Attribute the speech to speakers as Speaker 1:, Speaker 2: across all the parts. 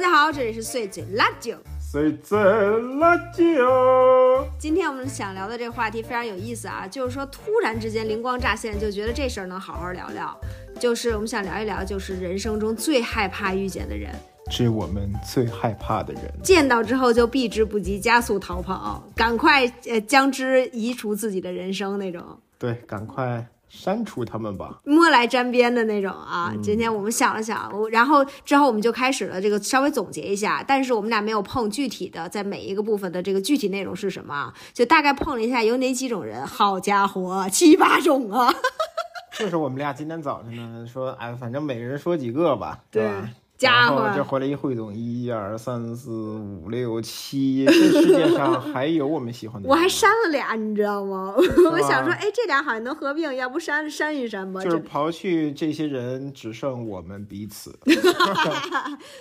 Speaker 1: 家好，这里是碎嘴辣酒。
Speaker 2: 谁最哦辣椒？
Speaker 1: 今天我们想聊的这个话题非常有意思啊，就是说突然之间灵光乍现，就觉得这事儿能好好聊聊。就是我们想聊一聊，就是人生中最害怕遇见的人，
Speaker 2: 这我们最害怕的人。
Speaker 1: 见到之后就避之不及，加速逃跑，赶快呃将之移除自己的人生那种。
Speaker 2: 对，赶快删除他们吧。
Speaker 1: 摸来沾边的那种啊。
Speaker 2: 嗯
Speaker 1: 今天我们想了想，我然后之后我们就开始了这个稍微总结一下，但是我们俩没有碰具体的在每一个部分的这个具体内容是什么啊，就大概碰了一下有哪几种人。好家伙，七八种啊！
Speaker 2: 就是我们俩今天早上呢说，哎，反正每人说几个吧，
Speaker 1: 对
Speaker 2: 吧？
Speaker 1: 家伙
Speaker 2: 然后这回来一汇总，一二三四五六七，这世界上还有我们喜欢的人。
Speaker 1: 我还删了俩，你知道吗？ 我想说，哎，这俩好像能合并，要不删删一删吧。
Speaker 2: 啊就是
Speaker 1: 这
Speaker 2: 刨去这些人，只剩我们彼 此。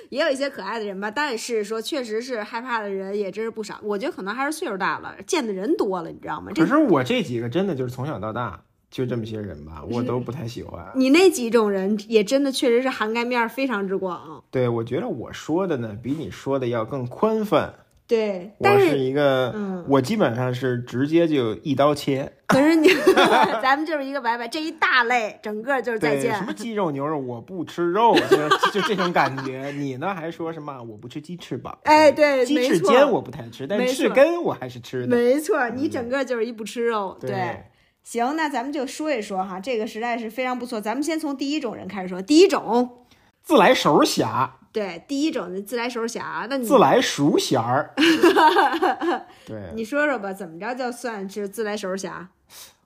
Speaker 1: 也有一些可爱的人吧，但是说确实是害怕的人也真是不少。我觉得可能还是岁数大了，见的人多了，你知道吗？这
Speaker 2: 可是我这几个真的就是从小到大就这么些人吧，我都不太喜欢。
Speaker 1: 你那几种人也真的确实是涵盖面儿非常之广，啊
Speaker 2: 对，我觉得我说的呢，比你说的要更宽泛。
Speaker 1: 对。
Speaker 2: 我
Speaker 1: 但
Speaker 2: 是
Speaker 1: 是
Speaker 2: 一个，
Speaker 1: 嗯
Speaker 2: 我基本上是直接就一刀切，
Speaker 1: 可是你， 咱们就是一个白白这一大类，整个就是再
Speaker 2: 对，什
Speaker 1: 见。
Speaker 2: 么鸡肉牛肉我不吃肉， 就就这种感觉。你呢还说什么我不吃鸡翅膀？嗯
Speaker 1: 哎，对，
Speaker 2: 鸡
Speaker 1: 没
Speaker 2: 翅
Speaker 1: 错，
Speaker 2: 尖我不嗯太吃，但
Speaker 1: 没
Speaker 2: 翅
Speaker 1: 错
Speaker 2: 根我还是吃的。
Speaker 1: 没错，你整个就是一不吃肉，对。行，那咱们就说一说哈，这个实在是非常不错。咱们先从第一种人开始说，第一种，
Speaker 2: 自来熟侠，
Speaker 1: 对，第一种自来熟侠，那你
Speaker 2: 自来熟侠 儿。对，
Speaker 1: 你说说吧，怎么着就算是自来熟侠？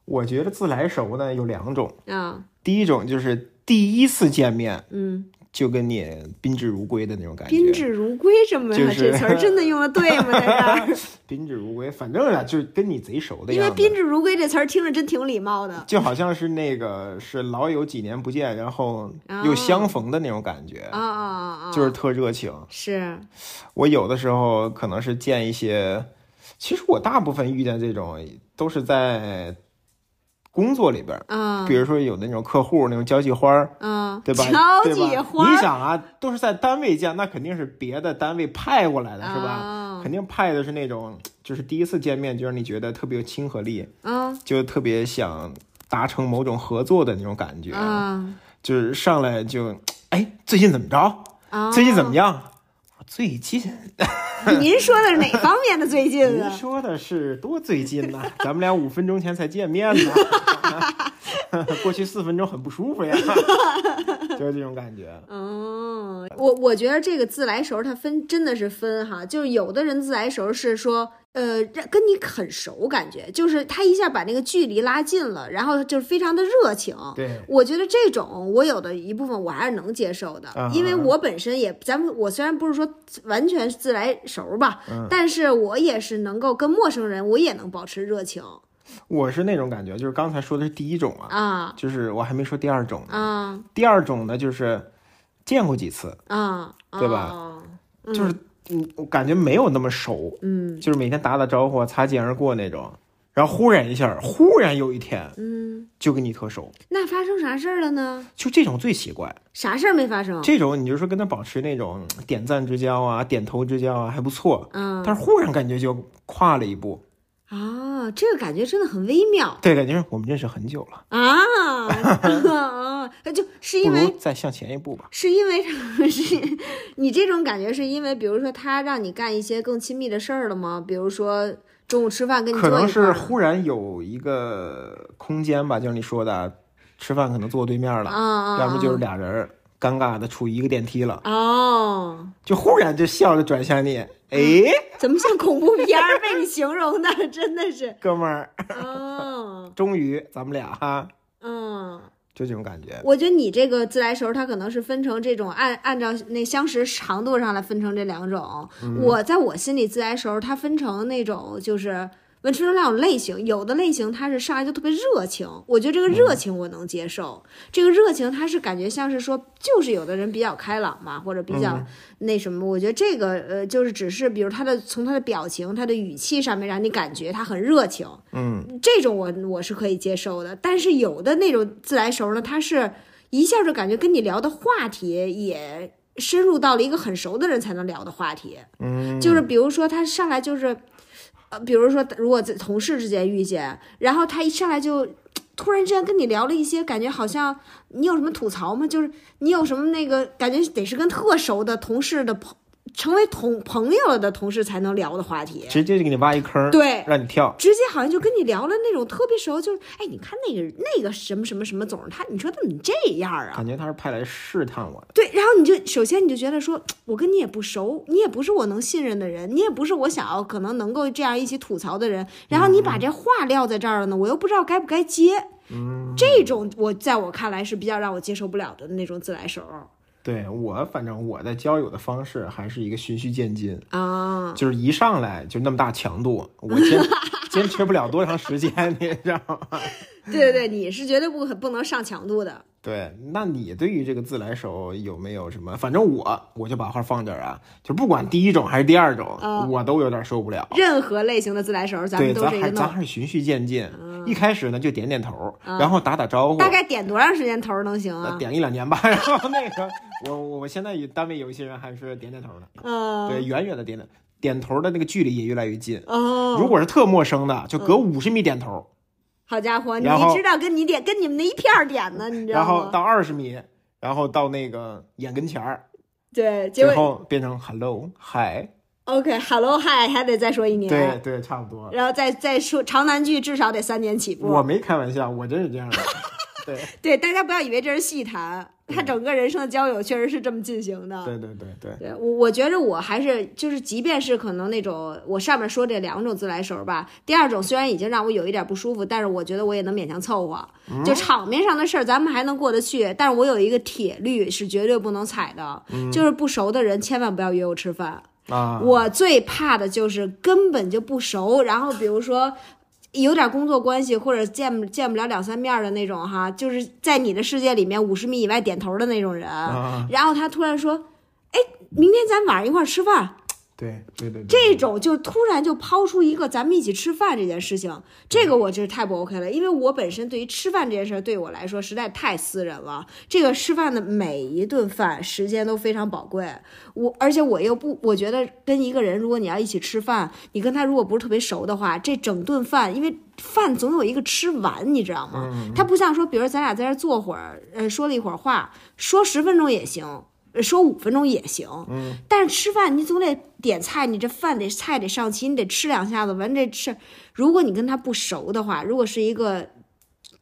Speaker 2: 我觉得自来熟呢有两种，
Speaker 1: 啊，
Speaker 2: 第一种就是第一次见面
Speaker 1: 嗯，
Speaker 2: 就跟你宾至如归的那种感觉，
Speaker 1: 宾至如归，这么、
Speaker 2: 就是
Speaker 1: 这词儿真的用的对吗？在这儿。
Speaker 2: 宾至如归，反正啊就是跟你贼熟的
Speaker 1: 因
Speaker 2: 样
Speaker 1: 为
Speaker 2: 子。
Speaker 1: 宾至如归这词儿听着真挺礼貌的
Speaker 2: 就好像是那个是老友几年不见，然后又相逢的那种感觉，
Speaker 1: 啊啊啊啊！
Speaker 2: 就是特热情。
Speaker 1: 是，
Speaker 2: 我有的时候可能是见一些，其实我大部分遇见这种都是在工作里边儿，
Speaker 1: 嗯
Speaker 2: 比如说有那种客户那种交际花儿。
Speaker 1: 嗯，
Speaker 2: 对吧？
Speaker 1: 交
Speaker 2: 对
Speaker 1: 际
Speaker 2: 吧
Speaker 1: 花
Speaker 2: 你
Speaker 1: 儿
Speaker 2: 想啊，都是在单位见，那肯定是别的单位派过来的，是吧？
Speaker 1: 啊
Speaker 2: 肯定派的是那种，就是第一次见面就让你觉得特别有亲和力，
Speaker 1: 啊
Speaker 2: 就特别想达成某种合作的那种感觉。
Speaker 1: 啊
Speaker 2: 就是上来就，哎，最近怎么着？
Speaker 1: 啊！
Speaker 2: 最近怎么样？我最近，
Speaker 1: 您说的是哪方面的最近
Speaker 2: 您
Speaker 1: 啊？
Speaker 2: 说的是多最近 呢？咱们俩五分钟前才见面呢， 过去四分钟很不舒 服呀，就是这种感
Speaker 1: 啊
Speaker 2: 觉。
Speaker 1: 嗯，我我觉得这个自来熟它分真的是分哈，就是有的人自来熟是说。呃，让跟你很熟，感觉就是他一下把那个距离拉近了，然后就是非常的热情。
Speaker 2: 对，
Speaker 1: 我觉得这种我有的一部分我还是能接受的，
Speaker 2: 啊
Speaker 1: 因为我本身也，咱们我虽然不是说完全自来熟吧，
Speaker 2: 嗯
Speaker 1: 但是我也是能够跟陌生人，我也能保持热情
Speaker 2: 我是那种感觉，就是刚才说的是第一种啊，
Speaker 1: 啊
Speaker 2: 就是我还没说第二种呢。
Speaker 1: 啊
Speaker 2: 第二种呢，就是见过几次，
Speaker 1: 啊，
Speaker 2: 对吧
Speaker 1: 啊？
Speaker 2: 就是嗯，我感觉没有那么熟，
Speaker 1: 嗯
Speaker 2: 就是每天打打招呼、擦肩而过那种。然后忽然一下，忽然有一天
Speaker 1: 嗯，
Speaker 2: 就跟你特熟，
Speaker 1: 那发生啥事儿了呢？
Speaker 2: 就这种最奇怪。
Speaker 1: 啥事儿没发生？
Speaker 2: 这种你就说跟他保持那种嗯点赞之交啊、点头之交啊，还不错。
Speaker 1: 嗯
Speaker 2: 但是忽然感觉就跨了一步，
Speaker 1: 啊，这个感觉真的很微妙
Speaker 2: 对，感觉是我们认识很久了，
Speaker 1: 啊 啊， 就是
Speaker 2: 不
Speaker 1: 因
Speaker 2: 如
Speaker 1: 为
Speaker 2: 再向前一步吧。
Speaker 1: 是因为是，你这种感觉是因为，比如说他让你干一些更亲密的事儿了吗？比如说中午吃饭跟你
Speaker 2: 可
Speaker 1: 坐
Speaker 2: 能
Speaker 1: 一块
Speaker 2: 是
Speaker 1: 儿
Speaker 2: 忽然有一个空间吧，就是你说的，啊吃饭可能坐对面
Speaker 1: 啊
Speaker 2: 了，
Speaker 1: 啊，
Speaker 2: 要么就是俩人儿尴尬的处于一个电梯了，
Speaker 1: 哦，
Speaker 2: 就忽然就笑着转向你，哎，
Speaker 1: 嗯怎么像恐怖片儿被你形容的， 真的是
Speaker 2: 哥们儿，
Speaker 1: 哦，
Speaker 2: 终于咱们俩哈，
Speaker 1: 嗯。
Speaker 2: 就这种感觉。
Speaker 1: 我觉得你这个自来熟，它可能是分成这种按按照那相识长度上来分成这两种。我在我心里自来熟，它分成那种就是。分成两种类型，有的类型它是上来就特别热情，我觉得这个热情我能接受。这个热情它是感觉像是说，就是有的人比较开朗嘛，或者比较那什么，我觉得这个呃，就是只是比如他的从他的表情、他的语气上面让你感觉他很热情，
Speaker 2: 嗯，
Speaker 1: 这种我我是可以接受的，但是有的那种自来熟呢，他是一下就感觉跟你聊的话题也深入到了一个很熟的人才能聊的话题。
Speaker 2: 嗯，
Speaker 1: 就是比如说他上来就是，呃，比如说如果在同事之间遇见，然后他一上来就突然之间跟你聊了一些，感觉好像你有什么吐槽吗？就是你有什么那个感觉得是跟特熟的同事的朋，成为同朋友了的同事才能聊的话题。
Speaker 2: 直接就给你挖一坑，，
Speaker 1: 对，
Speaker 2: 让你跳。
Speaker 1: 直接好像就跟你聊了那种特别熟，就是哎，你看那个那个什么什么什么总儿，他你说他怎么这样啊？
Speaker 2: 感觉他是派来试探我的，
Speaker 1: 对，然后你就首先你就觉得说，我跟你也不熟，你也不是我能信任的人，你也不是我想要可能能够这样一起吐槽的人，然后你把这话撂在这儿了呢，我又不知道该不该接。
Speaker 2: 嗯
Speaker 1: 这种我在我看来是比较让我接受不了的那种自来熟儿
Speaker 2: 对我反正我的交友的方式还是一个循序渐进，
Speaker 1: 啊。
Speaker 2: 就是一上来就那么大强度，我坚坚持不了多长时间，你知道吗？
Speaker 1: 对对对，你是绝对不可不能上强度的。
Speaker 2: 对，那你对于这个自来熟有没有什么？反正我我就把话放这儿啊，就不管第一种还是第二种，
Speaker 1: 啊
Speaker 2: 我都有点受不了。
Speaker 1: 任何类型的自来熟儿，咱
Speaker 2: 对，
Speaker 1: 们都
Speaker 2: 咱
Speaker 1: 是一个嗯
Speaker 2: 还咱
Speaker 1: 弄。
Speaker 2: 还是循序渐进，一开始呢就点点头，
Speaker 1: 嗯
Speaker 2: 然后打打招呼，
Speaker 1: 大概点多长时间头儿能行
Speaker 2: 呃
Speaker 1: 啊？
Speaker 2: 点一两年吧。然后那个，我我我现在也单位有一些人还是点点头的，
Speaker 1: 嗯，
Speaker 2: 对，远远的点点，点头的那个距离也越来越近。
Speaker 1: 哦，
Speaker 2: 如果是特陌生的，
Speaker 1: 嗯
Speaker 2: 就隔五十米点头，
Speaker 1: 好家伙，你
Speaker 2: 然后
Speaker 1: 知道跟你点跟你们那一片儿点呢，你知道
Speaker 2: 然
Speaker 1: 吗？
Speaker 2: 后到二十米，然后到那个眼跟前儿，
Speaker 1: 对，结
Speaker 2: 最
Speaker 1: 果
Speaker 2: 后变成 hello 嗨，
Speaker 1: OK，Hello Hi 还得再说一年，啊
Speaker 2: 对对，差不多。
Speaker 1: 然后再再说长难句至少得三年起
Speaker 2: 我
Speaker 1: 步。
Speaker 2: 没开玩笑，我真是这 样的。对
Speaker 1: 对，大家不要以为这是戏谈，他整个人生的交友确实是这么进行的。
Speaker 2: 对对对对，
Speaker 1: 对我，我觉着我还是就是，即便是可能那种我上面说这两种自来熟吧，第二种虽然已经让我有一点不舒服，但是我觉得我也能勉强凑合。就场面上的事儿，咱们还能过得去。但是我有一个铁律是绝对不能踩的，就是不熟的人千万不要约我吃饭。
Speaker 2: 啊，
Speaker 1: 我最怕的就是根本就不熟，然后比如说。有点工作关系或者见不见不了两三面儿的那种哈，就是在你的世界里面五十米以外点头的那种人，
Speaker 2: 啊，
Speaker 1: 然后他突然说：“哎，明天咱晚上一块儿吃饭。
Speaker 2: 对对对”对，
Speaker 1: 这种就突然就抛出一个咱们一起吃饭这件事情，这个我就是太不 OK 了，因为我本身对于吃饭这件事儿对我来说实在太私人了。这个吃饭的每一顿饭时间都非常宝贵，我而且我又不，我觉得跟一个人如果你要一起吃饭，你跟他如果不是特别熟的话，这整顿饭因为。饭总有一个吃完，你知道吗？他不像说，比如咱俩在这儿坐会儿，呃，说了一会儿话，说十分钟也行，呃说五分钟也行。嗯，但是吃饭你总得点菜，你这饭得菜得上齐，你得吃两下子，完这吃。如果你跟他不熟的话，如果是一个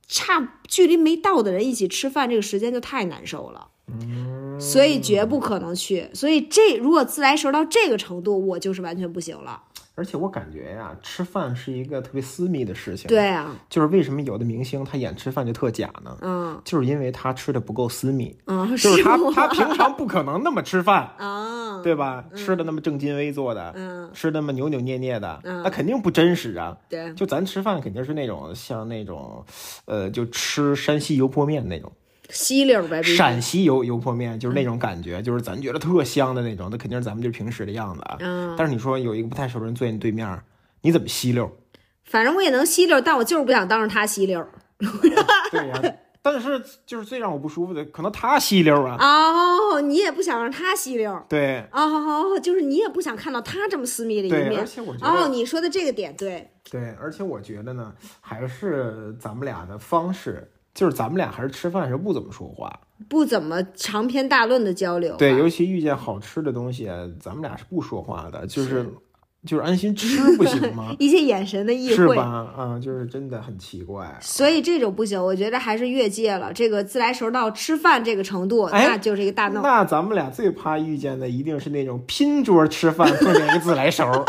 Speaker 1: 差距离没到的人一起吃饭，这个时间就太难受了。
Speaker 2: 嗯
Speaker 1: 所以绝不可能去。所以这如果自来熟到这个程度，我就是完全不行了。
Speaker 2: 而且我感觉呀，吃饭是一个特别私密的事情。，
Speaker 1: 对啊，
Speaker 2: 就是为什么有的明星他演吃饭就特假呢？
Speaker 1: 嗯
Speaker 2: 就是因为他吃的不够私密，
Speaker 1: 嗯，
Speaker 2: 就是他
Speaker 1: 我
Speaker 2: 他平常不可能那么吃饭，
Speaker 1: 啊，
Speaker 2: 对吧？吃的那么正襟危坐的，
Speaker 1: 嗯，
Speaker 2: 吃的那么扭扭捏捏的，
Speaker 1: 嗯
Speaker 2: 那肯定不真实啊。
Speaker 1: 对，
Speaker 2: 就咱吃饭肯定是那种像那种，呃，就吃山西油泼面那种，
Speaker 1: 吸溜呗，必须
Speaker 2: 陕西油油泼面就是那种感觉，就是咱觉得特香的那种，那肯定是咱们就是平时的样子啊。
Speaker 1: 嗯，
Speaker 2: 但是你说有一个不太熟的人坐在你对面儿，你怎么吸 溜？
Speaker 1: 反正我也能吸溜，但我就是不想当着他吸溜。
Speaker 2: 对呀、但是就是最让我不舒服的，可能他吸溜啊。
Speaker 1: 哦，你也不想让他吸溜。
Speaker 2: 对
Speaker 1: 哦，就是你也不想看到他这么私密的一
Speaker 2: 对，而
Speaker 1: 面。
Speaker 2: 且我觉得、
Speaker 1: 哦，你说的这个点对，
Speaker 2: 对，而且我觉得呢，还是咱们俩的方式，就是咱们俩还是吃饭时候不怎么说话。
Speaker 1: 不怎么长篇大论的交流吧。？
Speaker 2: 对，尤其遇见好吃的东西，咱们俩是不说话的，就是就是安心吃不行 吗
Speaker 1: 一些眼神的意
Speaker 2: 是
Speaker 1: 会
Speaker 2: 吧？。啊，就是真的很奇怪。
Speaker 1: 所以这种不行，我觉得还是越界了。这个自来熟到吃饭这个程度，
Speaker 2: 哎
Speaker 1: 那就是一个大闹。
Speaker 2: 那咱们俩最怕遇见的一定是那种拼桌吃饭碰见一个自来熟儿，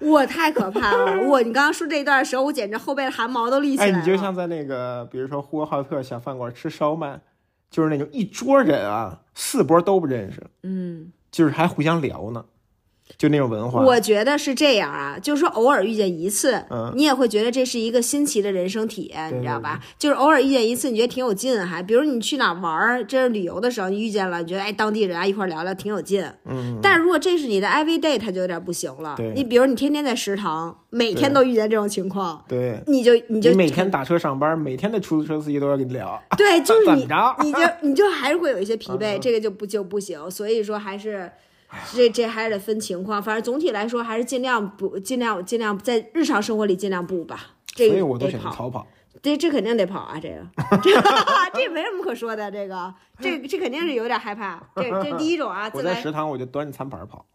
Speaker 1: 我太可怕了！我你刚刚说这一段的时候，我简直后背的汗毛都立起来
Speaker 2: 哎，
Speaker 1: 了。
Speaker 2: 你就像在那个比如说呼和浩特小饭馆吃烧麦，就是那种一桌人啊，四波都不认识，
Speaker 1: 嗯，
Speaker 2: 就是还互相聊呢，就那种文化。
Speaker 1: 我觉得是这样啊，就是说偶尔遇见一次，
Speaker 2: 嗯
Speaker 1: 你也会觉得这是一个新奇的人生体验，
Speaker 2: 对
Speaker 1: 你知道吧？就是偶尔遇见一次，你觉得挺有劲，还比如你去哪儿玩儿，这是旅游的时候，你遇见了，你觉得哎当地人啊一块儿聊聊挺有劲。
Speaker 2: 嗯，
Speaker 1: 但是如果这是你的 every day，它就有点不行了
Speaker 2: 对。
Speaker 1: 你比如你天天在食堂，每天都遇见这种情况，
Speaker 2: 对。
Speaker 1: 你就你就
Speaker 2: 你每天打车上班，每天的出租车司机都要跟你聊，啊
Speaker 1: 对， 就是
Speaker 2: 怎
Speaker 1: 你
Speaker 2: 么着
Speaker 1: 你就你就还是会有一些疲
Speaker 2: 嗯
Speaker 1: 惫，这个就不就不行。所以说还是。
Speaker 2: 哎
Speaker 1: 这这还是得分情况，反正总体来说还是尽量不尽量尽量在日常生活里尽量不吧。这
Speaker 2: 所以
Speaker 1: 个
Speaker 2: 我都
Speaker 1: 得
Speaker 2: 选择
Speaker 1: 跑，
Speaker 2: 逃跑。
Speaker 1: 这这肯定得跑啊！这 个这这没什么可说的，这个这这肯定是有点害怕。这这第一种啊，
Speaker 2: 我
Speaker 1: 自
Speaker 2: 在
Speaker 1: 来
Speaker 2: 食堂我就端着餐盘 跑，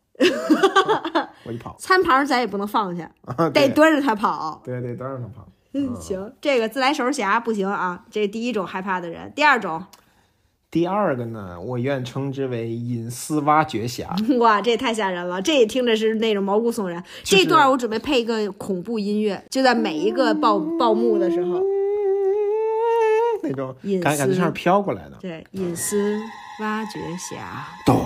Speaker 2: 我就跑，
Speaker 1: 餐盘儿咱也不能放下，
Speaker 2: 啊
Speaker 1: 得
Speaker 2: 对
Speaker 1: 端着它跑。
Speaker 2: 对对，当然能跑。
Speaker 1: 嗯，行，这个自来熟侠不行啊，这第一种害怕的人。第二种，
Speaker 2: 第二个呢，我愿称之为隐私挖掘侠。
Speaker 1: 哇，这也太吓人了，这也听着是那种毛骨悚然。
Speaker 2: 就是
Speaker 1: 这段我准备配一个恐怖音乐，就在每一个报报幕的时候，
Speaker 2: 那种
Speaker 1: 嗯隐
Speaker 2: 感感觉
Speaker 1: 私
Speaker 2: 像是飘过来的，
Speaker 1: 对隐私挖掘侠，
Speaker 2: 咚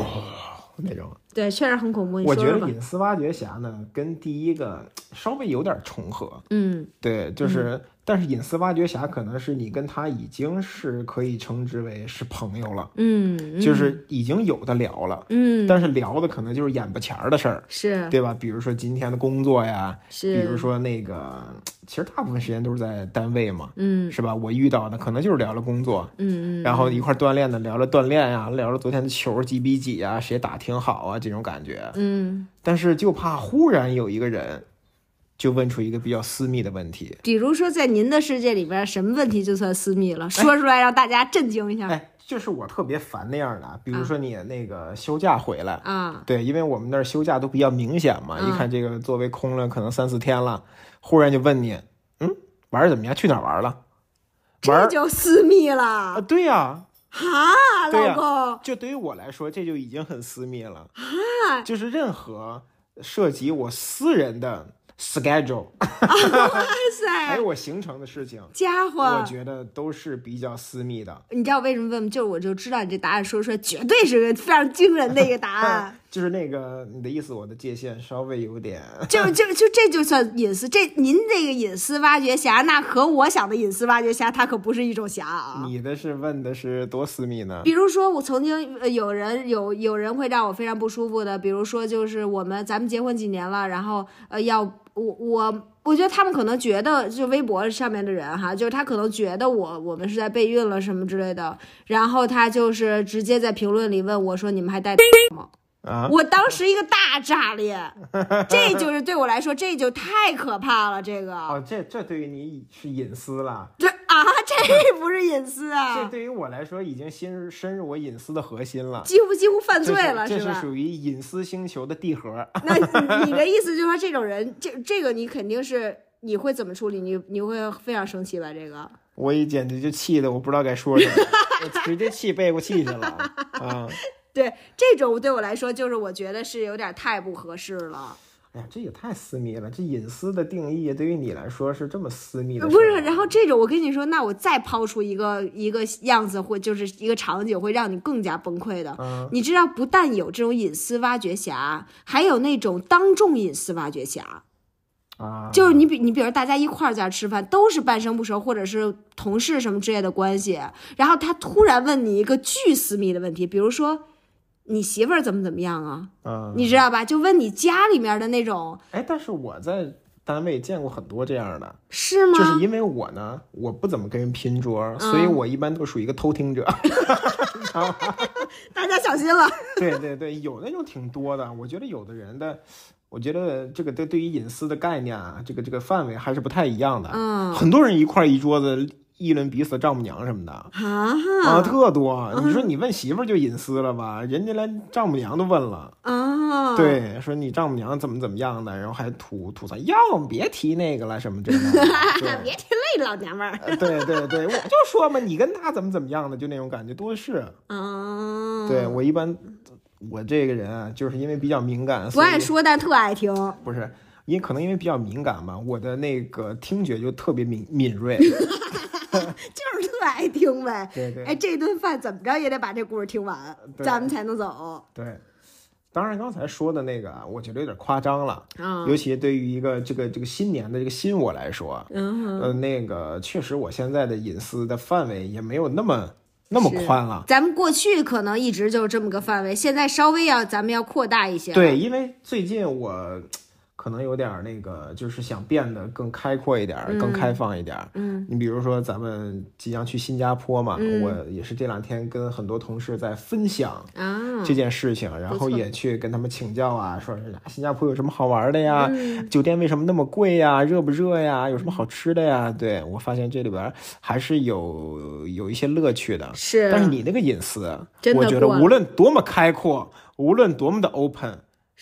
Speaker 2: 那种。
Speaker 1: 对，确实很恐怖。你
Speaker 2: 我
Speaker 1: 说
Speaker 2: 觉
Speaker 1: 说
Speaker 2: 得
Speaker 1: 吧，
Speaker 2: 隐私挖掘侠呢，跟第一个稍微有点重合，
Speaker 1: 嗯
Speaker 2: 对，就是，但是隐私挖掘侠可能是你跟他已经是可以称之为是朋友了，
Speaker 1: 嗯，
Speaker 2: 就是已经有的聊了，
Speaker 1: 嗯，
Speaker 2: 但是聊的可能就是眼巴前儿的事儿，
Speaker 1: 是
Speaker 2: 对吧？比如说今天的工作呀，比如
Speaker 1: 是，
Speaker 2: 说那个，其实大部分时间都是在单位嘛，
Speaker 1: 嗯
Speaker 2: 是吧？我遇到的可能就是聊了工作，
Speaker 1: 嗯嗯，
Speaker 2: 然后一块儿锻炼的聊了锻炼呀，聊了昨天的球几比几啊，谁打挺好啊这种感觉。
Speaker 1: 嗯，
Speaker 2: 但是就怕忽然有一个人就问出一个比较私密的问题，
Speaker 1: 比如说在您的世界里边，什么问题就算私密了，说出来让大家震惊一下
Speaker 2: 哎，就是我特别烦那样的啊，比如说你那个休假回来。
Speaker 1: 啊，
Speaker 2: 对，因为我们那儿休假都比较明显嘛，
Speaker 1: 嗯
Speaker 2: 一看这个座位空了，可能三四天了，忽然就问你，嗯，玩儿怎么样？去哪儿玩儿了？
Speaker 1: 这
Speaker 2: 玩儿
Speaker 1: 就私密
Speaker 2: 啊，
Speaker 1: 了
Speaker 2: 对呀、
Speaker 1: 哈，
Speaker 2: 对
Speaker 1: 老
Speaker 2: 呀
Speaker 1: 公，
Speaker 2: 就对于我来说，这就已经很私密了。
Speaker 1: 啊
Speaker 2: 就是任何涉及我私人的 schedule，
Speaker 1: 哇
Speaker 2: 还
Speaker 1: 塞
Speaker 2: 有，我行程的事情，
Speaker 1: 家 伙，
Speaker 2: 哎我觉得都是比较私密的。，
Speaker 1: 你知道为什么问吗？就是我就知道你这答案说出来绝对是个非常惊人的一个答案
Speaker 2: 就是那个你的意思，我的界限稍微有点，
Speaker 1: 就就就这就算隐私，这您这个隐私挖掘侠，那和我想的隐私挖掘侠，它可不是一种侠啊。
Speaker 2: 你的是问的是多私密呢
Speaker 1: 比？如说，我曾经呃有人有有人会让我非常不舒服的，比如说就是我们咱们结婚几年了，然后呃要我我我觉得他们可能觉得就微博上面的人哈，就是他可能觉得我我们是在备孕了什么之类的，然后他就是直接在评论里问我说你们还带吗？
Speaker 2: 啊，
Speaker 1: 我当时一个大炸裂，这就是对我来说，这就太可怕了。这个，
Speaker 2: 哦，这这对于你是隐私了。
Speaker 1: 这啊，这不是隐私
Speaker 2: 这
Speaker 1: 啊，
Speaker 2: 对于我来说已经深入深入我隐私的核心了，
Speaker 1: 几乎几乎犯罪了，
Speaker 2: 这
Speaker 1: 是
Speaker 2: 是这是
Speaker 1: 吧？
Speaker 2: 属于隐私星球的地核。
Speaker 1: 那你你的意思就是说，这种人，这这个你肯定是你会怎么处理？你你会非常生气吧？这个，
Speaker 2: 我也简直就气得我不知道该说什 么，我直接气背过气去了啊！
Speaker 1: 对这种对我来说，就是我觉得是有点太不合适了。
Speaker 2: 哎呀，这也太私密了，这隐私的定义对于你来说是这么私密的事儿，
Speaker 1: 不是，然后这种我跟你说，那我再抛出一个一个样子，或就是一个场景，会让你更加崩溃的。
Speaker 2: 嗯
Speaker 1: 你知道，不但有这种隐私挖掘侠，还有那种当众隐私挖掘侠，
Speaker 2: 啊，
Speaker 1: 就是你比你比如大家一块儿在吃饭，都是半生不熟，或者是同事什么之类的关系，然后他突然问你一个巨私密的问题，比如说你媳妇儿怎么怎么样啊，
Speaker 2: 啊，
Speaker 1: 你知道吧？就问你家里面的那种，
Speaker 2: 哎，但是我在单位见过很多这样的，
Speaker 1: 是吗？
Speaker 2: 就是因为我呢，我不怎么跟人拼桌，所以我一般都属于一个偷听者。
Speaker 1: 大家小心了。
Speaker 2: 对对对，有那种挺多的，我觉得有的人的。我觉得这个对对于隐私的概念啊，这个这个范围还是不太一样的。
Speaker 1: 嗯
Speaker 2: 很多人一块儿一桌子议论彼此丈母娘什么的，
Speaker 1: 啊
Speaker 2: 啊，特多。你说你问媳妇儿就隐私了吧？人家连丈母娘都问了，
Speaker 1: 啊！
Speaker 2: 对，说你丈母娘怎么怎么样的，然后还吐吐槽，要别提那个了什么之类的。对
Speaker 1: 别提累老娘们儿。
Speaker 2: 呃对对对，我就说嘛，你跟他怎么怎么样的，就那种感觉多的是。
Speaker 1: 啊，
Speaker 2: 呃对，我一般，我这个人啊，就是因为比较敏感，
Speaker 1: 不
Speaker 2: 所以
Speaker 1: 爱说但特爱听。
Speaker 2: 不是，因可能因为比较敏感吧，我的那个听觉就特别敏敏 锐。
Speaker 1: 就是特爱听呗。
Speaker 2: 对对
Speaker 1: 哎，这顿饭怎么着也得把这故事听完，
Speaker 2: 对
Speaker 1: 咱们才能走。
Speaker 2: 对，当然，刚才说的那个啊，我觉得有点夸张了，
Speaker 1: 啊，
Speaker 2: 尤其对于一个这个这个新年的这个新我来说，
Speaker 1: 嗯哼，
Speaker 2: 呃，那个确实我现在的隐私的范围也没有那么那么
Speaker 1: 是
Speaker 2: 宽了。
Speaker 1: 咱们过去可能一直就是这么个范围，现在稍微要咱们要扩大一些，，
Speaker 2: 对，因为最近我可能有点儿那个，就是想变得更开阔一点儿，更开放一点。嗯，你比如说咱们即将去新加坡嘛，
Speaker 1: 嗯
Speaker 2: 我也是这两天跟很多同事在分享。
Speaker 1: 啊，
Speaker 2: 这件事情，然后也去跟他们请教啊，说是啊新加坡有什么好玩的呀？
Speaker 1: 嗯
Speaker 2: 酒店为什么那么贵呀？热不热呀？有什么好吃的呀？对我发现这里边儿还是有有一些乐趣的。
Speaker 1: 是，
Speaker 2: 但是你那个隐私，
Speaker 1: 真的
Speaker 2: 我觉得
Speaker 1: 过了
Speaker 2: 无论多么开阔，无论多么的 open，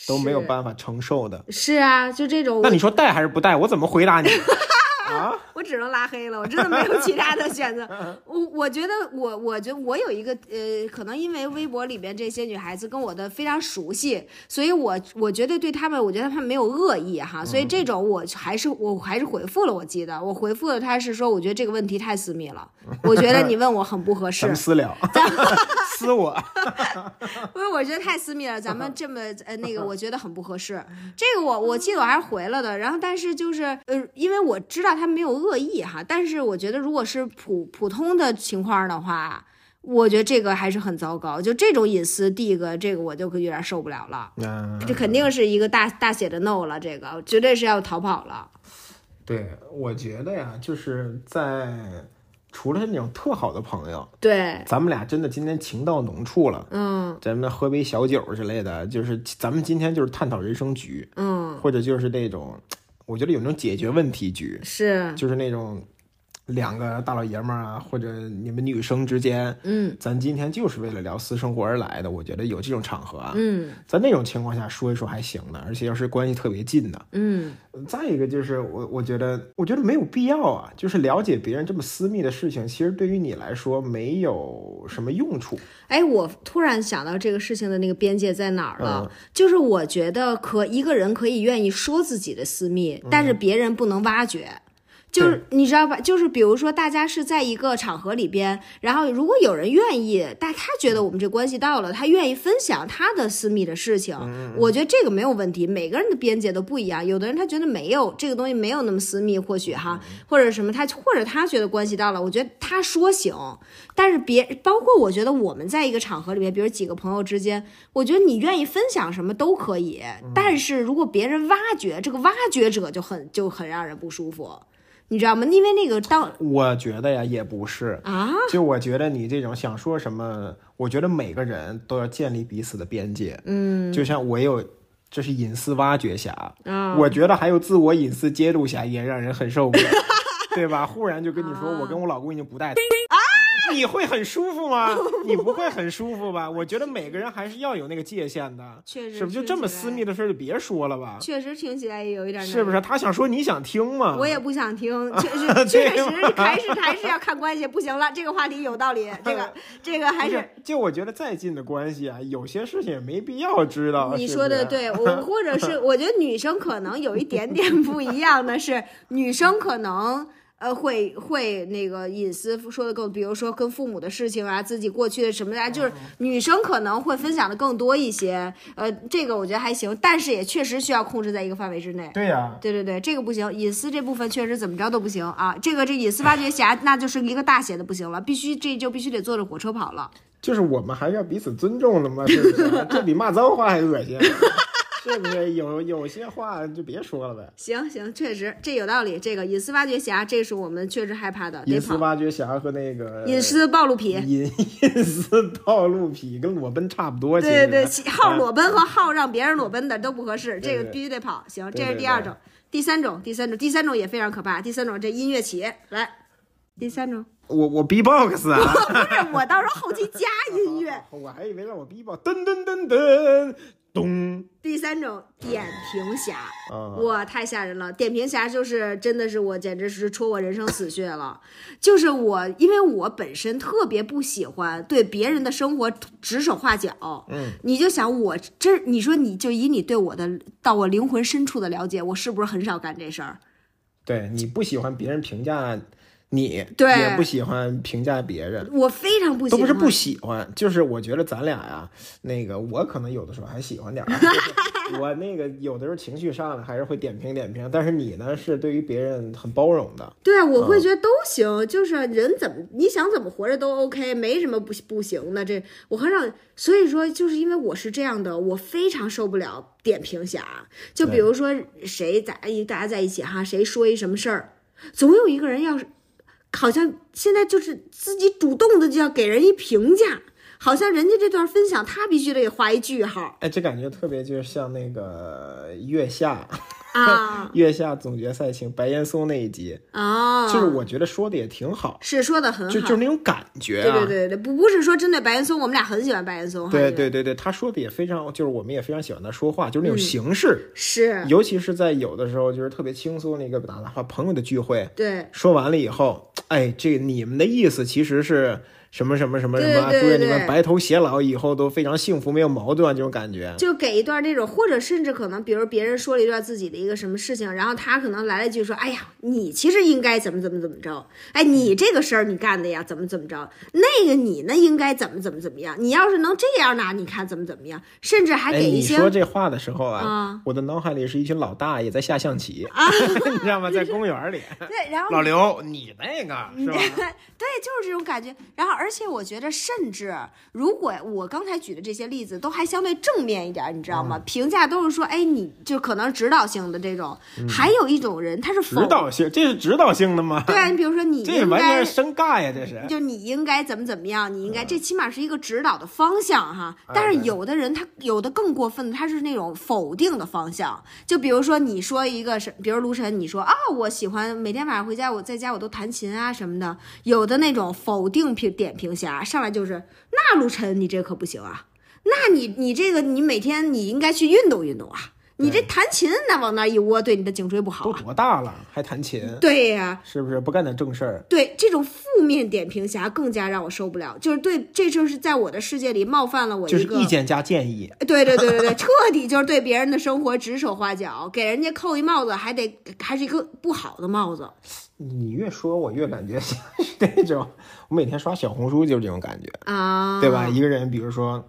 Speaker 2: 都没有
Speaker 1: 是
Speaker 2: 办法承受的。
Speaker 1: 是啊，就这种
Speaker 2: 那
Speaker 1: 我
Speaker 2: 你说带还是不带？我怎么回答你？ 啊，
Speaker 1: 我只能拉黑了，我真的没有其他的选 择。我我觉得我我觉得我有一个呃，可能因为微博里边这些女孩子跟我的非常熟悉，所以我我绝对对她们，我觉得她们没有恶意哈，
Speaker 2: 嗯
Speaker 1: 所以这种我还是我还是回复了，我记得我回复了她是说，我觉得这个问题太私密了，我觉得你问我很不合
Speaker 2: 咱
Speaker 1: 适
Speaker 2: 们，私聊， 私我。
Speaker 1: 因为我觉得太私密了，咱们这么呃那个，我觉得很不合适。这个我我记得我还是回了的，然后但是就是呃，因为我知道他没有恶意哈，但是我觉得如果是普普通的情况的话，我觉得这个还是很糟糕。就这种隐私，第一个这个我就有点受不了了，
Speaker 2: 嗯，
Speaker 1: 这肯定是一个大大写的 no 了，这个绝对是要逃跑了。
Speaker 2: 对，我觉得呀，就是在除了那种特好的朋友，
Speaker 1: 对，
Speaker 2: 咱们俩真的今天情到浓处了。
Speaker 1: 嗯
Speaker 2: 咱们喝杯小酒之类的，就是咱们今天就是探讨人生局，
Speaker 1: 嗯，
Speaker 2: 或者就是那种，我觉得有那种解决问题局，
Speaker 1: 是，
Speaker 2: 就是那种两个大老爷们儿啊，或者你们女生之间，
Speaker 1: 嗯
Speaker 2: 咱今天就是为了聊私生活而来的。我觉得有这种场合啊，
Speaker 1: 嗯
Speaker 2: 在那种情况下说一说还行的，而且要是关系特别近的。
Speaker 1: 嗯，
Speaker 2: 再一个就是我我觉得我觉得没有必要啊，就是了解别人这么私密的事情，其实对于你来说没有什么用处。
Speaker 1: 哎，我突然想到这个事情的那个边界在哪儿了。
Speaker 2: 嗯
Speaker 1: 就是我觉得可一个人可以愿意说自己的私密，但是别人不能挖掘。就是你知道吧？就是比如说，大家是在一个场合里边，然后如果有人愿意，但他觉得我们这关系到了，他愿意分享他的私密的事情，我觉得这个没有问题。每个人的边界都不一样，有的人他觉得没有这个东西没有那么私密，或许哈，或者什么他或者他觉得关系到了，我觉得他说行，但是别包括我觉得我们在一个场合里面，比如几个朋友之间，我觉得你愿意分享什么都可以，
Speaker 2: 嗯
Speaker 1: 但是如果别人挖掘，这个挖掘者就很就很让人不舒服，你知道吗？因为那个当
Speaker 2: 我觉得呀，也不是。
Speaker 1: 啊，
Speaker 2: 就我觉得你这种想说什么，我觉得每个人都要建立彼此的边界。嗯，就像我有，这是隐私挖掘侠，
Speaker 1: 啊
Speaker 2: 我觉得还有自我隐私揭露侠，也让人很受 不了，对吧？忽然就跟你说，我跟我老公已经不带啊。你会很舒服吗？你不会很舒服吧？我觉得每个人还是要有那个界限的，
Speaker 1: 确实
Speaker 2: 是不是？就这么私密的事儿就别说了吧，
Speaker 1: 确实听起来也有一点难，
Speaker 2: 是不是？他想说你想听吗？
Speaker 1: 我也不想 听，确实确实是还是还是要看关系，不行了，这个话题有道理，这 个这个 还
Speaker 2: 不
Speaker 1: 是
Speaker 2: 是，就我觉得再近的关系啊，有些事情也没必要知道。
Speaker 1: 你
Speaker 2: 是啊
Speaker 1: 说
Speaker 2: 不
Speaker 1: 的
Speaker 2: 是，
Speaker 1: 对，我或者是我觉得女生可能有一点点不一样的是，女生可能。呃，会会那个隐私说的更，比如说跟父母的事情啊，自己过去的什么的啊，就是女生可能会分享的更多一些。呃，这个我觉得还行，但是也确实需要控制在一个范围之内。
Speaker 2: 对呀、
Speaker 1: 对对对，这个不行，隐私这部分确实怎么着都不行啊。这个这隐私挖掘侠，那就是一个大写的不行了，必须这就必须得坐着火车跑了。
Speaker 2: 就是我们还是要彼此尊重的嘛，是不是？这比骂脏话还恶心，啊是不是？有有些话就别说了呗。
Speaker 1: 行行，确实这有道理。这个隐私挖掘侠，这是我们确实害怕的，得
Speaker 2: 隐私
Speaker 1: 跑。
Speaker 2: 挖掘侠和那个
Speaker 1: 隐私暴露癖，
Speaker 2: 隐隐私道路痞跟裸奔差不多，其
Speaker 1: 对
Speaker 2: 实
Speaker 1: 对对，好裸奔和好让别人裸奔的都不合适，这
Speaker 2: 啊对
Speaker 1: 个
Speaker 2: 对
Speaker 1: 必须得跑。行，
Speaker 2: 对
Speaker 1: 这是
Speaker 2: 对
Speaker 1: 第二
Speaker 2: 对
Speaker 1: 种，第三种，第三种，第三种也非常可怕。第三种这音乐起来，第三种
Speaker 2: 我我 B box 啊。
Speaker 1: 不是我到时候后期加音乐。
Speaker 2: 我还以为让我 B box，噔噔噔噔，咚
Speaker 1: 第三种点评侠。
Speaker 2: 啊！
Speaker 1: 哇，太吓人了！点评侠就是真的是我，简直是戳我人生死穴了。 就是我，因为我本身特别不喜欢对别人的生活指手画脚。
Speaker 2: 嗯，
Speaker 1: 你就想我这，你说你就以你对我的到我灵魂深处的了解，我是不是很少干这事儿？
Speaker 2: 对你不喜欢别人评价你
Speaker 1: 对
Speaker 2: 也不喜欢评价别人，
Speaker 1: 我非常不喜
Speaker 2: 都
Speaker 1: 欢，
Speaker 2: 不是不喜欢，就是我觉得咱俩呀、那个我可能有的时候还喜欢点儿 啊，就是我那个有的时候情绪上来还是会点评点评，但是你呢是对于别人很包容的，
Speaker 1: 对，啊我
Speaker 2: 嗯
Speaker 1: 会觉得都行，就是人怎么你想怎么活着都 OK，没什么不不行的。这我很少，所以说就是因为我是这样的，我非常受不了点评侠。就比如说谁在一大家在一起哈，谁说一什么事儿，总有一个人要是好像现在就是自己主动的就要给人一评价，好像人家这段分享他必须得给画一句号
Speaker 2: 哎，这感觉特别就是像那个月下
Speaker 1: 啊
Speaker 2: 月下总决赛请白岩松那一集，
Speaker 1: 啊！
Speaker 2: 就是我觉得说的也挺好，
Speaker 1: 是说的很好，
Speaker 2: 就就是那种感觉
Speaker 1: 对
Speaker 2: 啊，
Speaker 1: 对对对，不不是说针对白岩松，我们俩很喜欢白岩松哈，
Speaker 2: 对
Speaker 1: 因为
Speaker 2: 对对对，他说的也非常，就是我们也非常喜欢他说话，就是那种
Speaker 1: 嗯
Speaker 2: 形式，
Speaker 1: 是，
Speaker 2: 尤其是在有的时候就是特别轻松的一个，哪怕朋友的聚会，
Speaker 1: 对
Speaker 2: 说完了以后，哎，这你们的意思其实是什么什么什么什么啊，
Speaker 1: 对对对
Speaker 2: 祝你
Speaker 1: 对
Speaker 2: 们白头偕老，以后都非常幸福，没有矛盾啊，这种感觉。
Speaker 1: 就给一段这种，或者甚至可能，比如别人说了一段自己的一个什么事情，然后他可能来了一句说：“哎呀，你其实应该怎么怎么怎么着，哎，
Speaker 2: 嗯
Speaker 1: 你这个事儿你干的呀，怎么怎么着，那个你呢应该怎么怎么怎么样，你要是能这样呢，你看怎么怎么样，甚至还
Speaker 2: 哎，
Speaker 1: 给一
Speaker 2: 你
Speaker 1: 些、
Speaker 2: 说这话的时候啊，
Speaker 1: 啊
Speaker 2: 我的脑海里是一群老大爷在下象 棋，你知道吗？在公园里，
Speaker 1: 对，然后
Speaker 2: 老刘，你那个是吧？
Speaker 1: 嗯 对，就是这种感觉。然后，而且我觉得，甚至如果我刚才举的这些例子都还相对正面一点儿，你知道
Speaker 2: 嗯
Speaker 1: 吗？评价都是说，哎，你就可能指导性的这种，还有一种人他是否
Speaker 2: 嗯指导性，这是指导性的吗？
Speaker 1: 对你比如说你
Speaker 2: 这
Speaker 1: 应
Speaker 2: 完
Speaker 1: 该
Speaker 2: 全是。生尬呀，这是。
Speaker 1: 就你应该怎么怎么样，你应该这起码是一个指导的方向哈。但是
Speaker 2: 嗯哎对
Speaker 1: 有的人他有的更过分的，他是那种否定的方向。就比如说你说一个是，比如卢晨你说啊，我喜欢每天晚上回家我在家我都弹琴啊什么的。有的那种否定评点评侠上来就是，那卢晨你这可不行啊，那你你这个你每天你应该去运动运动啊，你这弹琴那往那儿一窝，对你的颈椎不好
Speaker 2: 都
Speaker 1: 啊。
Speaker 2: 多大了还弹琴，
Speaker 1: 对呀、
Speaker 2: 是不是不干点正事儿？
Speaker 1: 对这种负面点评侠更加让我受不了，就是对，这就是在我的世界里冒犯了我
Speaker 2: 就是
Speaker 1: 一个，
Speaker 2: 意见加建议，
Speaker 1: 对对对对对，彻底就是对别人的生活指手画脚，给人家扣一帽子，还得还是一个不好的帽子。
Speaker 2: 你越说我越感觉 像是那种，我每天刷小红书就是这种感觉，
Speaker 1: 啊，
Speaker 2: 对吧？一个人比如说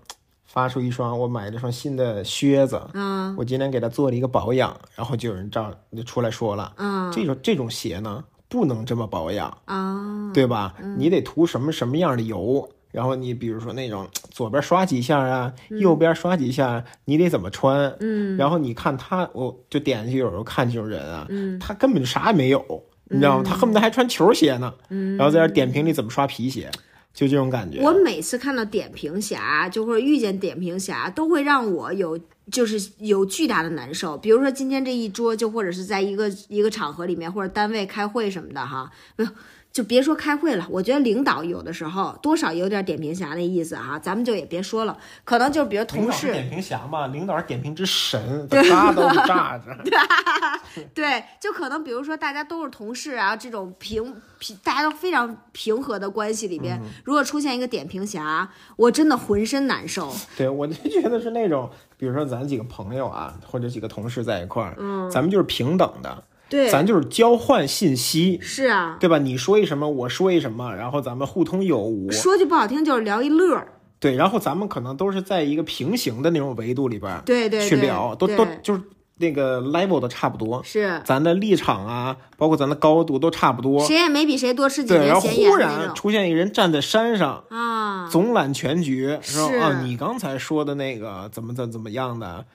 Speaker 2: 发出一双我买了双新的靴子，
Speaker 1: 啊
Speaker 2: 我今天给它做了一个保养，然后就有人照就出来说了，
Speaker 1: 啊
Speaker 2: 这种这种鞋呢不能这么保养，
Speaker 1: 啊！
Speaker 2: 对吧？你得涂什么什么样的油，然后你比如说那种左边刷几下啊，右边刷几下，啊你得怎么穿？嗯，然后你看他，我就点进去，有时候看这种人啊，他根本就啥也没有，你知道吗？他恨不得还穿球鞋呢，然后在那点评你怎么刷皮鞋，就这种感觉。
Speaker 1: 我每次看到点评侠，就或者遇见点评侠，都会让我有就是有巨大的难受。比如说今天这一桌，就或者是在一个一个场合里面，或者单位开会什么的哈， 没有。就别说开会了，我觉得领导有的时候多少有点点评侠那意思哈、咱们就也别说了，可能就是比如同事
Speaker 2: 点评侠嘛，领导是点评之神，他都是炸着。
Speaker 1: 对，就可能比如说大家都是同事啊，这种平平，大家都非常平和的关系里边，
Speaker 2: 嗯
Speaker 1: 如果出现一个点评侠，我真的浑身难受。
Speaker 2: 对，我就觉得是那种，比如说咱几个朋友啊，或者几个同事在一块儿，嗯，咱们就是平等的，
Speaker 1: 对，
Speaker 2: 咱就是交换信息，
Speaker 1: 是啊，
Speaker 2: 对吧？你说一什么，我说一什么，然后咱们互通有无。
Speaker 1: 说句不好听，就是聊一乐儿。
Speaker 2: 对，然后咱们可能都是在一个平行的那种维度里边儿
Speaker 1: 对对，
Speaker 2: 去
Speaker 1: 对
Speaker 2: 聊，都
Speaker 1: 对
Speaker 2: 都就是那个 level 都差不多，
Speaker 1: 是
Speaker 2: 咱的立场啊，包括咱的高度都差不多。
Speaker 1: 谁也没比谁多吃几
Speaker 2: 对，然
Speaker 1: 年
Speaker 2: 后
Speaker 1: 闲言
Speaker 2: 忽
Speaker 1: 的那
Speaker 2: 然
Speaker 1: 种
Speaker 2: 出现一人站在山上，
Speaker 1: 啊。
Speaker 2: 总揽全局，是吧？
Speaker 1: 是
Speaker 2: 啊，你刚才说的那个怎么怎怎么样的，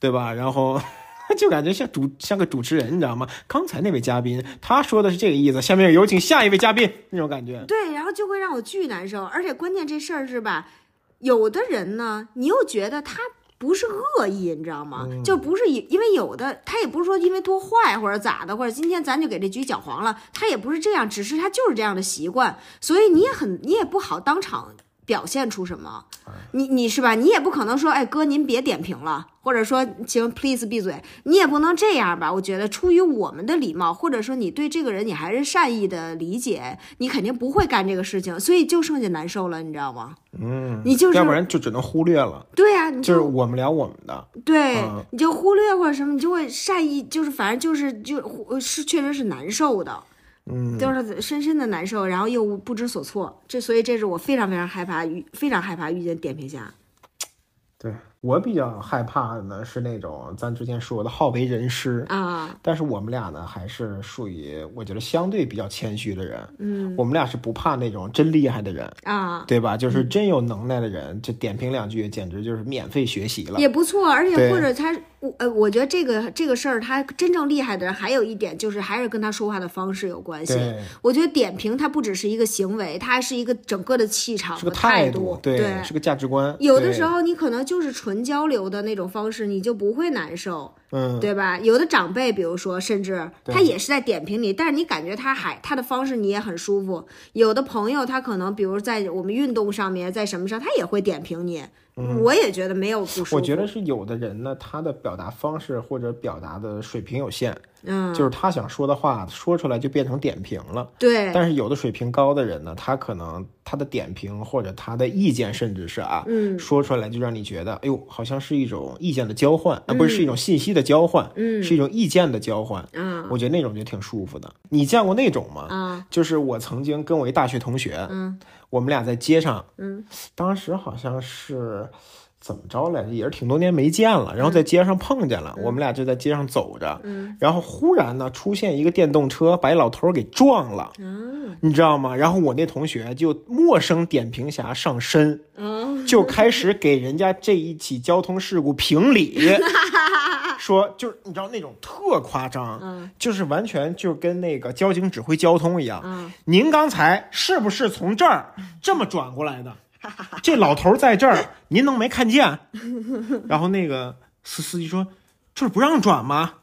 Speaker 2: 对吧？然后 就感觉像主像个主持人，你知道吗？刚才那位嘉宾他说的是这个意思，下面有请下一位嘉宾那种感觉。
Speaker 1: 对，然后就会让我巨难受，而且关键这事儿是吧，有的人呢，你又觉得他不是恶意，你知道吗？
Speaker 2: 嗯
Speaker 1: 就不是以因为有的他也不是说因为多坏或者咋的，或者今天咱就给这局搅黄了，他也不是这样，只是他就是这样的习惯，所以你也很你也不好当场。表现出什么？你你是吧？你也不可能说，哎哥，您别点评了，或者说，请 please 闭嘴，你也不能这样吧？我觉得出于我们的礼貌，或者说你对这个人你还是善意的理解，你肯定不会干这个事情，所以就剩下难受了，你知道吗？嗯，你就是
Speaker 2: 要不然就只能忽略了，
Speaker 1: 对呀、你
Speaker 2: 就是我们聊我们的，
Speaker 1: 对
Speaker 2: 嗯，
Speaker 1: 你就忽略或者什么，你就会善意，就是反正就是就呃是确实是难受的。
Speaker 2: 嗯，
Speaker 1: 就是深深的难受，然后又不知所措。这所以这是我非常非常害怕遇，非常害怕遇见点评侠。
Speaker 2: 对我比较害怕的呢是那种咱之前说的好为人师
Speaker 1: 啊，
Speaker 2: 但是我们俩呢还是属于我觉得相对比较谦虚的人，
Speaker 1: 嗯
Speaker 2: 我们俩是不怕那种真厉害的人，
Speaker 1: 啊，
Speaker 2: 对吧？就是真有能耐的人，这点评两句简直就是免费学习了。
Speaker 1: 也不错。而且
Speaker 2: 对
Speaker 1: 或者他，我呃，我觉得这个这个事儿，他真正厉害的人还有一点就是还是跟他说话的方式有关系。
Speaker 2: 对，
Speaker 1: 我觉得点评它不只是一个行为，它还是一个整个的气场
Speaker 2: 是个
Speaker 1: 和态
Speaker 2: 度，
Speaker 1: 对。
Speaker 2: 是个价值观。
Speaker 1: 有的
Speaker 2: 对
Speaker 1: 时，候你可能就是纯交流的那种方式，你就不会难受，
Speaker 2: 嗯，
Speaker 1: 对吧？有的长辈，比如说，甚至
Speaker 2: 对
Speaker 1: 他也是在点评你，但是你感觉他还他的方式你也很舒服。有的朋友他可能，比如在我们运动上面，在什么上，他也会点评你，我也觉得没有不舒服。
Speaker 2: 嗯我觉得，是有的人呢，他的表达方式或者表达的水平有限，
Speaker 1: 嗯，
Speaker 2: 就是他想说的话说出来就变成点评了。
Speaker 1: 对，
Speaker 2: 但是有的水平高的人呢，他可能他的点评或者他的意见，甚至是啊，
Speaker 1: 嗯
Speaker 2: 说出来就让你觉得，哎呦，好像是一种意见的交换，啊、不是是一种信息的交换，
Speaker 1: 嗯
Speaker 2: 是一种意见的交换。
Speaker 1: 啊
Speaker 2: 我觉得那种就挺舒服的。你见过那种吗？
Speaker 1: 啊，
Speaker 2: 就是我曾经跟我一大学同学，
Speaker 1: 嗯
Speaker 2: 我们俩在街上，
Speaker 1: 嗯，
Speaker 2: 当时好像是怎么着来着，也是挺多年没见了，然后在街上碰见了，我们俩就在街上走着，
Speaker 1: 嗯，
Speaker 2: 然后忽然呢出现一个电动车把一老头儿给撞了，
Speaker 1: 啊
Speaker 2: 你知道吗？然后我那同学就陌生点评侠上身，
Speaker 1: 啊，
Speaker 2: 就开始给人家这一起交通事故评理，说就是你知道那种特夸张，
Speaker 1: 嗯
Speaker 2: 就是完全就跟那个交警指挥交通一样。
Speaker 1: 啊
Speaker 2: 您刚才是不是从这儿
Speaker 1: 嗯
Speaker 2: 这么转过 来的？这老头在这儿，您能没看见？然后那个司司机说：“这儿不让转吗？”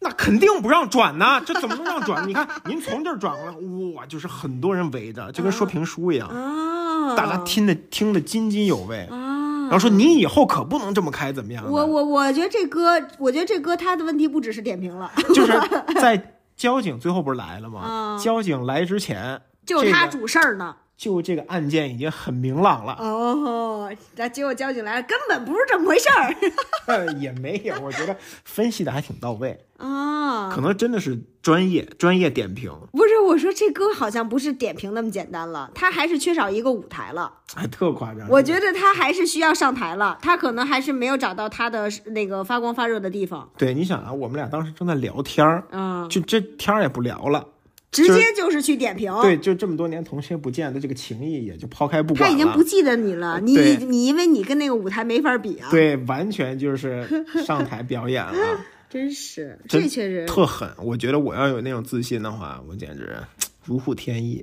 Speaker 2: 那肯定不让转呐，这怎么能让转？你看您从这儿转过来，哇，就是很多人围着，就
Speaker 1: 嗯
Speaker 2: 跟说评书一样。
Speaker 1: 啊，
Speaker 2: 大家听得听得津津有味，
Speaker 1: 啊。
Speaker 2: 然后说你以后可不能这么开，怎么样啊的？
Speaker 1: 我我我觉得这歌，我觉得这歌他的问题不只是点评了，
Speaker 2: 就是在交警最后不是来了吗？
Speaker 1: 啊
Speaker 2: 交警来之前，
Speaker 1: 就是他
Speaker 2: 这个
Speaker 1: 主事儿呢。
Speaker 2: 就这个案件已经很明朗了，
Speaker 1: 哦，那结果交警来了，根本不是这么回事儿
Speaker 2: 呃也没有，我觉得分析的还挺到位，
Speaker 1: 啊！
Speaker 2: 可能真的是专业专业点评，
Speaker 1: 不是，我说这歌好像不是点评那么简单了，他还是缺少一个舞台了。
Speaker 2: 还哎特夸张。
Speaker 1: 我觉得他还是需要上台了，他可能还是没有找到他的那个发光发热的地方。
Speaker 2: 对，你想啊，我们俩当时正在聊天儿，
Speaker 1: 嗯，
Speaker 2: 就这天儿也不聊了，
Speaker 1: 直接就是去点评。
Speaker 2: 对，就这么多年同学不见的这个情谊也就抛开不
Speaker 1: 哦他
Speaker 2: 管了。呃
Speaker 1: 已经不记得你了，你
Speaker 2: 对
Speaker 1: 你因为你跟那个舞台没法比啊。，
Speaker 2: 对，完全就是上台表 演了。
Speaker 1: 真是，
Speaker 2: 真
Speaker 1: 这确实
Speaker 2: 特狠。我觉得我要有那种自信的话，我简直如虎添 翼。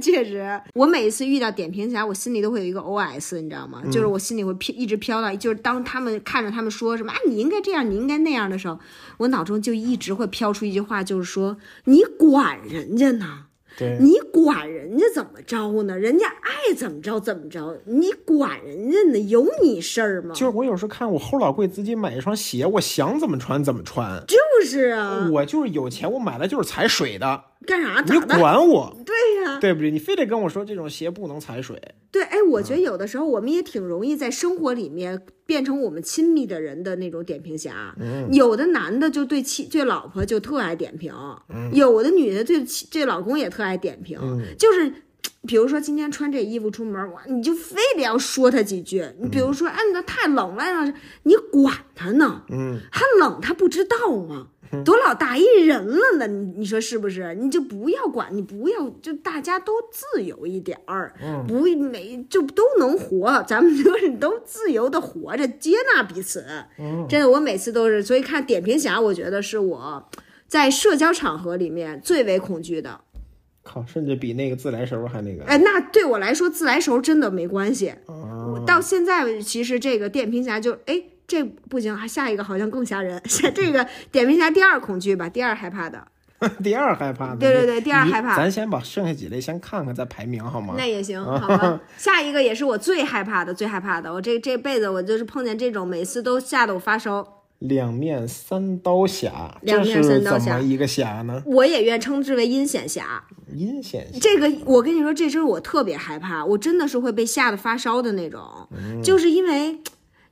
Speaker 1: 确实，我每一次遇到点评侠，我心里都会有一个 OS，你知道吗？
Speaker 2: 嗯
Speaker 1: 就是我心里会飘，一直飘到，就是当他们看着他们说什么啊，你应该这样，你应该那样的时候，我脑中就一直会飘出一句话，就是说你管人家呢。
Speaker 2: 对
Speaker 1: 你管人家怎么着呢？人家爱怎么着怎么着，你管人家呢？有你事儿吗？
Speaker 2: 就是我有时候看我齁老贵自己买一双鞋，我想怎么穿怎么穿。
Speaker 1: 就是啊，
Speaker 2: 我就是有钱，我买的就是踩水的，
Speaker 1: 干 啥
Speaker 2: 你
Speaker 1: 咋的？
Speaker 2: 管 我，
Speaker 1: 对呀、
Speaker 2: 对不对？你非得跟我说这种鞋不能踩水，
Speaker 1: 对，哎，我觉得有的时候我们也挺容易在生活里面变成我们亲密的人的那种点评侠。有的男的就对妻对老婆就特爱点评，有的女的对妻对老公也特爱点评，就是。比如说今天穿这衣服出门，哇，你就非得要说他几句。你比如说，哎，那太冷了，哎你管他呢？
Speaker 2: 嗯，
Speaker 1: 他冷他不知道吗？都老大一人了呢，你你说是不是？你就不要管，你不要就大家都自由一点儿，不每就都能活，咱们就是都自由的活着，接纳彼此。真的，我每次都是，所以看点评侠，我觉得是我在社交场合里面最为恐惧的。
Speaker 2: 靠，甚至比那个自来熟还那 个。
Speaker 1: 哎，那对我来说自来熟真的没关系。
Speaker 2: 啊
Speaker 1: 我到现在其实这个点评侠就哎。这不行，还下一个好像更吓人。 下这个点评侠第二恐惧吧，第二害怕的，
Speaker 2: 第二害怕的，
Speaker 1: 对对对
Speaker 2: 你
Speaker 1: 第二害怕
Speaker 2: 咱先把剩下几类先看看，再排名好吗？
Speaker 1: 那也行，好吧。下一个也是我最害怕的，最害怕的。我这这辈子我就是碰见这种，每次都吓得我发烧。
Speaker 2: 两面三刀侠，
Speaker 1: 两面
Speaker 2: 这是
Speaker 1: 三刀
Speaker 2: 怎
Speaker 1: 侠
Speaker 2: 么一个侠呢？
Speaker 1: 我也愿称之为阴险侠。
Speaker 2: 阴险 侠。
Speaker 1: 这个我跟你说，这真是我特别害怕，我真的是会被吓得发烧的那种，
Speaker 2: 嗯
Speaker 1: 就是因为。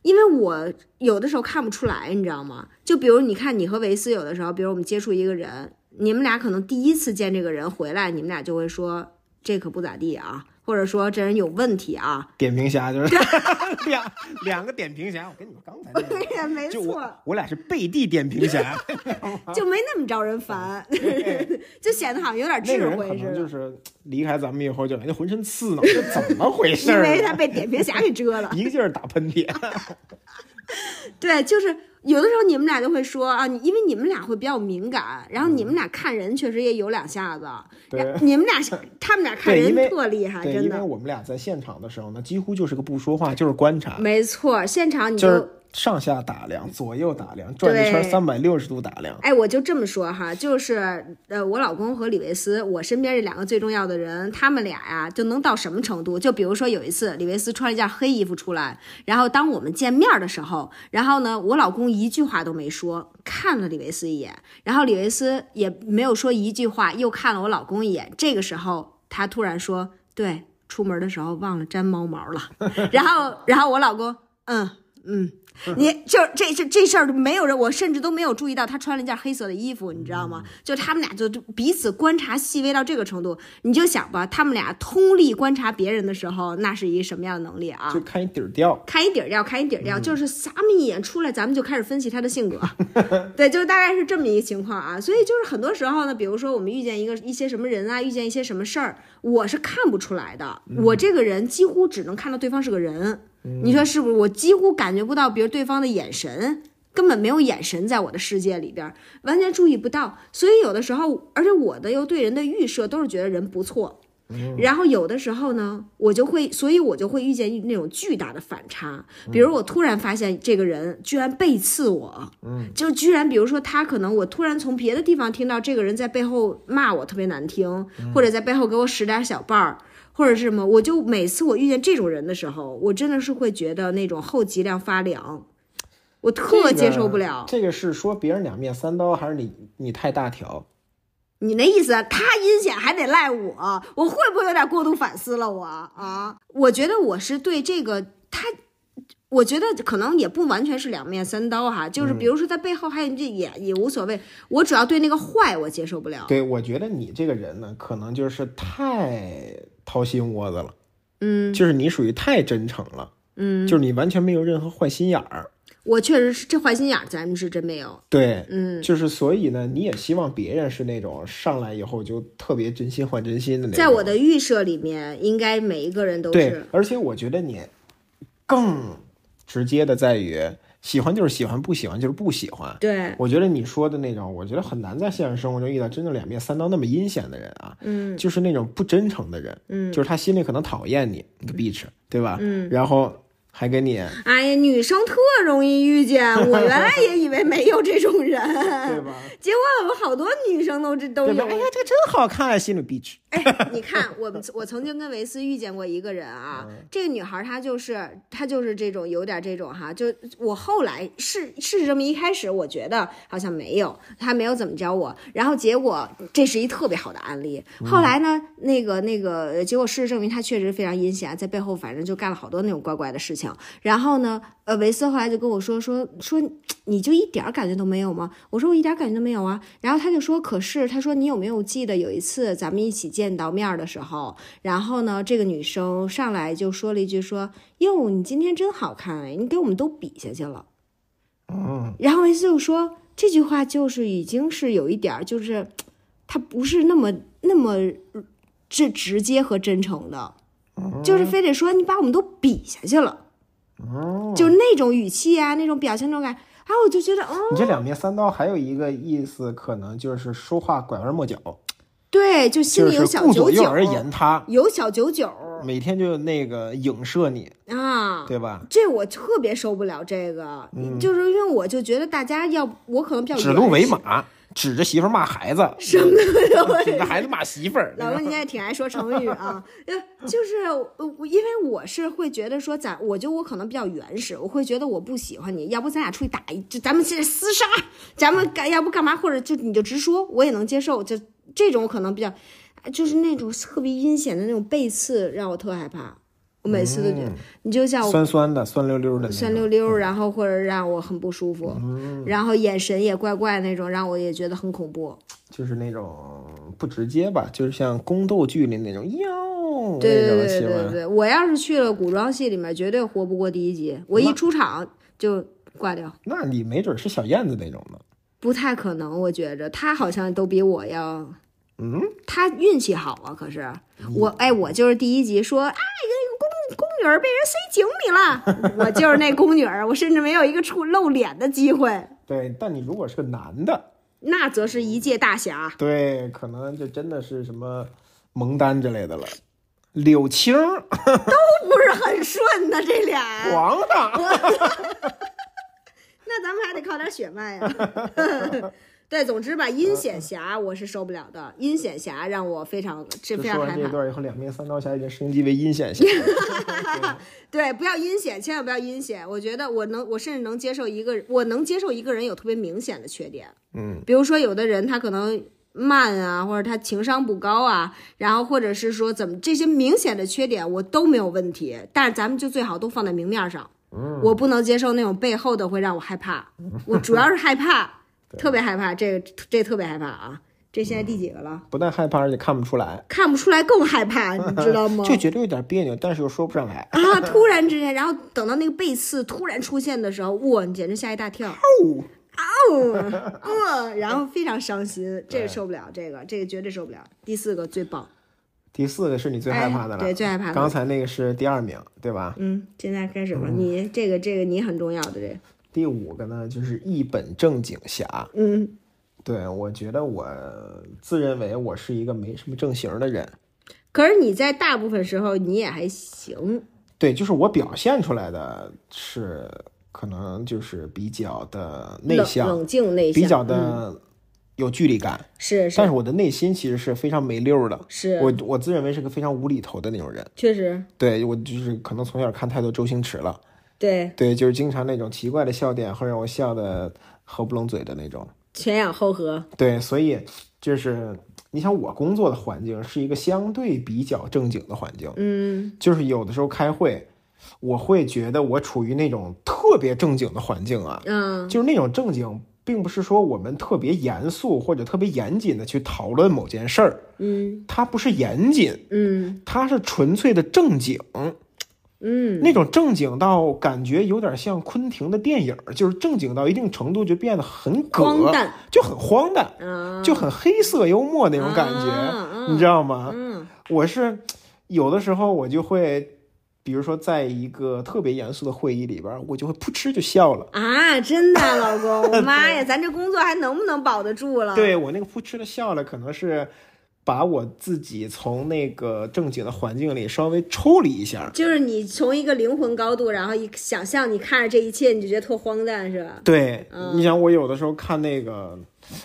Speaker 1: 因为我有的时候看不出来，你知道吗？就比如你看你和维斯有的时候，比如我们接触一个人，你们俩可能第一次见这个人回来，你们俩就会说这可不咋地啊，或者说这人有问题啊。
Speaker 2: 点评 侠就是两两个点评侠，我跟你们刚才那个
Speaker 1: 对呀， 没
Speaker 2: 嗯就
Speaker 1: 错
Speaker 2: 我，啊我俩是背地点评侠，
Speaker 1: 就没那么招人烦， 就显得好像有点
Speaker 2: 嗯哎 那
Speaker 1: 智
Speaker 2: 个人可
Speaker 1: 慧似
Speaker 2: 能就
Speaker 1: 的。
Speaker 2: 是离开咱们以后就感觉哎浑身刺挠，这怎么回事
Speaker 1: 因
Speaker 2: 儿
Speaker 1: 为他
Speaker 2: 啊？
Speaker 1: 被点评侠给遮了，
Speaker 2: 一个劲儿打喷嚏，
Speaker 1: 对，就是有的时候你们俩就会说啊，你因为你们俩会比较敏感，然后你们俩看人确实也有两下子，
Speaker 2: 嗯对
Speaker 1: 然后你们俩他们俩看
Speaker 2: 对因
Speaker 1: 人
Speaker 2: 为
Speaker 1: 特厉害，
Speaker 2: 对，
Speaker 1: 真
Speaker 2: 因为
Speaker 1: 的，
Speaker 2: 我们俩在现场的时候呢，几乎就是个不说话，就是观察，
Speaker 1: 没错，现场你嗯
Speaker 2: 就
Speaker 1: 就是
Speaker 2: 上下打量，左右打量，转一圈
Speaker 1: 对
Speaker 2: 三百六十度打量。
Speaker 1: 哎，我就这么说哈，就是呃，我老公和李维斯，我身边这两个最重要的人，他们俩呀、就能到什么程度？就比如说有一次，李维斯穿了一件黑衣服出来，然后当我们见面的时候，然后呢，我老公一句话都没说，看了李维斯一眼，然后李维斯也没有说一句话，又看了我老公一眼。这个时候，他突然说：“对，出门的时候忘了粘猫毛了。” 然后，然后我老公，嗯嗯。你就这这这事儿没有人，我甚至都没有注意到他穿了一件黑色的衣服，你知道吗？就他们俩就就彼此观察细微到这个程度，你就想吧，他们俩通力观察别人的时候，那是一什么样的能力啊
Speaker 2: 就？看你底儿掉，
Speaker 1: 看一底儿掉，看一底儿掉，就是撒们一眼出来，咱们就开始分析他的性格，对，就是大概是这么一个情况啊。所以就是很多时候呢，比如说我们遇见一个一些什么人啊，遇见一些什么事儿，我是看不出来的，我这个人几乎只能看到对方是个人，你说是不是？我几乎感觉不到，比如对方的眼神。根本没有眼神在我的世界里边儿，完全注意不到。所以有的时候，而且我的又对人的预设都是觉得人不错，然后有的时候呢，我就会，所以我就会遇见一那种巨大的反差。比如我突然发现这个人居然背刺我，嗯，就居然比如说他可能我突然从别的地方听到这个人在背后骂我特别难听，或者在背后给我使点小绊儿。或者是什么，我就每次我遇见这种人的时候，我真的是会觉得那种后脊梁发凉，我特接受不了。
Speaker 2: 这个。这个是说别人两面三刀，还是你你太大条？
Speaker 1: 你那意思，他阴险还得赖我，我会不会有点过度反思了我？啊，我觉得我是对这个他，我觉得可能也不完全是两面三刀哈，就是
Speaker 2: 嗯
Speaker 1: 比如说他背后还有这也也无所谓，我主要对那个坏我接受不了。
Speaker 2: 对，我觉得你这个人呢，可能就是太掏心窝子了，
Speaker 1: 嗯
Speaker 2: 就是你属于太真诚了，
Speaker 1: 嗯，
Speaker 2: 就是你完全没有任何坏心眼儿。
Speaker 1: 我确实是这坏心眼儿，咱们是真没有。
Speaker 2: 对，
Speaker 1: 嗯，
Speaker 2: 就是所以呢，你也希望别人是那种上来以后就特别真心换真心的那种。
Speaker 1: 在我的预设里面，应该每一个人都
Speaker 2: 对
Speaker 1: 是，
Speaker 2: 而且我觉得你更直接的在于喜欢就是喜欢，不喜欢就是不喜欢。
Speaker 1: 对，
Speaker 2: 我觉得你说的那种，我觉得很难在现实生活中遇到真正两面三刀那么阴险的人啊，
Speaker 1: 嗯
Speaker 2: 就是那种不真诚的人，
Speaker 1: 嗯，
Speaker 2: 就是他心里可能讨厌你，你个 bitch，对吧？嗯，然后还给你，
Speaker 1: 哎呀，女生特容易遇见，我原来也以为没有这种人。
Speaker 2: 对吧？
Speaker 1: 结果我好多女生都这都
Speaker 2: 对
Speaker 1: 有
Speaker 2: 吧？哎。呀，这个真好看啊，心里 bitch，
Speaker 1: 哎，你看，我们我曾经跟维斯遇见过一个人啊，这个女孩她就是她就是这种有点这种哈，就我后来是是这么一开始我觉得好像没有，她没有怎么教我，然后结果这是一特别好的案例。后来呢，那个那个，呃结果事实证明她确实非常阴险，啊在背后反正就干了好多那种怪怪的事情。然后呢，呃，维斯后来就跟我说说说你就一点儿感觉都没有吗？我说我一点儿感觉都没有啊。然后他就说，可是他说你有没有记得有一次咱们一起见到面儿的时候，然后呢，这个女生上来就说了一句说，哟，你今天真好看哎，你给我们都比下去了。
Speaker 2: 嗯，
Speaker 1: 然后维斯就说这句话就是已经是有一点儿，就是他不是那么那么这直接和真诚的，
Speaker 2: 哦
Speaker 1: 就是非得说你把我们都比下去了，
Speaker 2: 哦
Speaker 1: 就那种语气啊，那种表情那种感，啊，我就觉得哦。
Speaker 2: 你这两面三刀还有一个意思，可能就是说话拐弯抹角，
Speaker 1: 对，就心
Speaker 2: 就
Speaker 1: 里有
Speaker 2: 是
Speaker 1: 小
Speaker 2: 顾
Speaker 1: 九
Speaker 2: 左右
Speaker 1: 九，啊
Speaker 2: 而言他，
Speaker 1: 有小九九
Speaker 2: 每天就那个影射你，
Speaker 1: 啊。
Speaker 2: 对吧？
Speaker 1: 这我特别受不了这个，就是因为我就觉得大家要我可能比较
Speaker 2: 嗯指鹿
Speaker 1: 原
Speaker 2: 为
Speaker 1: 始，
Speaker 2: 马，指着媳妇儿骂孩子，
Speaker 1: 什么都会
Speaker 2: 指着孩子骂媳妇儿，
Speaker 1: 老 公，你现在挺爱说成语啊，呃，就是呃我，因为我是会觉得说咱，我就我可能比较原始，我会觉得我不喜欢你，要不咱俩出去打一，就咱们现在厮杀，咱们干要不干嘛，或者就你就直说，我也能接受，就这种我可能比较，就是那种特别阴险的那种背刺，让我特害怕。我每次都觉得，你就像我
Speaker 2: 嗯酸酸的、酸溜溜的那种，嗯
Speaker 1: 酸溜溜，然后或者让我很不舒服，然后眼神也怪怪那种，让我也觉得很恐怖。
Speaker 2: 就是那种不直接吧，就是像宫斗剧里那种哟
Speaker 1: 对对
Speaker 2: 那种啊
Speaker 1: 对对
Speaker 2: 气
Speaker 1: 对
Speaker 2: 味。
Speaker 1: 对，我要是去了古装戏里面，绝对活不过第一集，我一出场就挂掉，
Speaker 2: 那你没准是小燕子那种的，
Speaker 1: 不太可能。我觉着他好像都比我要，
Speaker 2: 嗯，
Speaker 1: 他运气好啊。可是我哎，我就是第一集说啊，一个宫宫女儿被人塞井里了，我就是那宫女儿，我甚至没有一个出露脸的机会，
Speaker 2: 对。但你如果是个男的，
Speaker 1: 那则是一介大侠。
Speaker 2: 对，可能就真的是什么蒙丹之类的了，柳青、
Speaker 1: 都不是很顺的这脸，
Speaker 2: 皇 上，
Speaker 1: 那咱们还得靠点血脉呀、 对，总之吧，阴
Speaker 2: 嗯
Speaker 1: 险侠我是受不了的，阴险侠让我非常这
Speaker 2: 就
Speaker 1: 非
Speaker 2: 说
Speaker 1: 常
Speaker 2: 完
Speaker 1: 害
Speaker 2: 这
Speaker 1: 怕。
Speaker 2: 段以后，两面三刀侠已经升级为阴险侠。
Speaker 1: 对，不要阴险，千万不要阴险。我觉得我能，我甚至能接受一个，我能接受一个人有特别明显的缺点，
Speaker 2: 嗯，
Speaker 1: 比如说有的人他可能慢啊，或者他情商不高啊，然后或者是说怎么这些明显的缺点我都没有问题，但是咱们就最好都放在明面上。嗯，我不能接受那种背后的会让我害怕，我主要是害怕，特别害怕，这个这特别害怕啊！这现在第几个了？
Speaker 2: 不但害怕，而且看不出来，
Speaker 1: 看不出来更害怕，你知道吗？
Speaker 2: 就觉得有点别扭，但是又说不上来。
Speaker 1: 啊！突然之间，然后等到那个背刺突然出现的时候，哇，你简直吓一大跳。
Speaker 2: 哦，
Speaker 1: 哦，嗯，然后非常伤心，这个受不 了，这个这个绝对受不了。第四个最棒，
Speaker 2: 第四个是你最害怕的
Speaker 1: 哎
Speaker 2: 了，
Speaker 1: 对，最害怕
Speaker 2: 刚
Speaker 1: 的。
Speaker 2: 才那个是第二名，对吧？
Speaker 1: 嗯，现在开始吧，你这个这个你很重要的这个，
Speaker 2: 第五个呢，就是一本正经侠。
Speaker 1: 嗯，
Speaker 2: 对我觉得我自认为我是一个没什么正形的人，
Speaker 1: 可是你在大部分时候你也还行，
Speaker 2: 对，就是我表现出来的是可能就是比较的内
Speaker 1: 冷
Speaker 2: 向，
Speaker 1: 冷静内向，
Speaker 2: 比较
Speaker 1: 嗯
Speaker 2: 的有距离感，
Speaker 1: 是
Speaker 2: 但
Speaker 1: 是
Speaker 2: 是我的内心其实是非常没溜儿的。
Speaker 1: 是，
Speaker 2: 我我自认为是个非常无厘头的那种人，
Speaker 1: 确实
Speaker 2: 对我就是可能从小看太多周星驰了，
Speaker 1: 对，
Speaker 2: 对，就是经常那种奇怪的笑点会让我笑的合不拢嘴的那种，
Speaker 1: 前仰后合，
Speaker 2: 对，所以就是你想我工作的环境是一个相对比较正经的环境，
Speaker 1: 嗯，
Speaker 2: 就是有的时候开会，我会觉得我处于那种特别正经的环境啊，
Speaker 1: 嗯，
Speaker 2: 就是那种正经，并不是说我们特别严肃或者特别严谨的去讨论某件事儿，
Speaker 1: 嗯
Speaker 2: 它不是严谨，
Speaker 1: 嗯
Speaker 2: 它是纯粹的正经，
Speaker 1: 嗯，
Speaker 2: 那种正经到感觉有点像昆汀的电影，就是正经到一定程度就变得很
Speaker 1: 荒
Speaker 2: 葛，
Speaker 1: 诞
Speaker 2: 就很荒诞，
Speaker 1: 啊，
Speaker 2: 就很黑色幽默那种感觉，
Speaker 1: 觉
Speaker 2: 你知道吗？
Speaker 1: 嗯
Speaker 2: 我是有的时候我就会，比如说在一个特别严肃的会议里边儿，我就会扑哧就笑了。
Speaker 1: 啊，真的啊，老公，我妈呀，咱这工作还能不能保得住了？
Speaker 2: 对我那个扑哧的笑了，可能是把我自己从那个正经的环境里稍微抽离一下。
Speaker 1: 就是你从一个灵魂高度，然后一想象你看着这一切，你就觉得特荒诞，是吧？
Speaker 2: 对，
Speaker 1: 嗯
Speaker 2: 你想我有的时候看那个，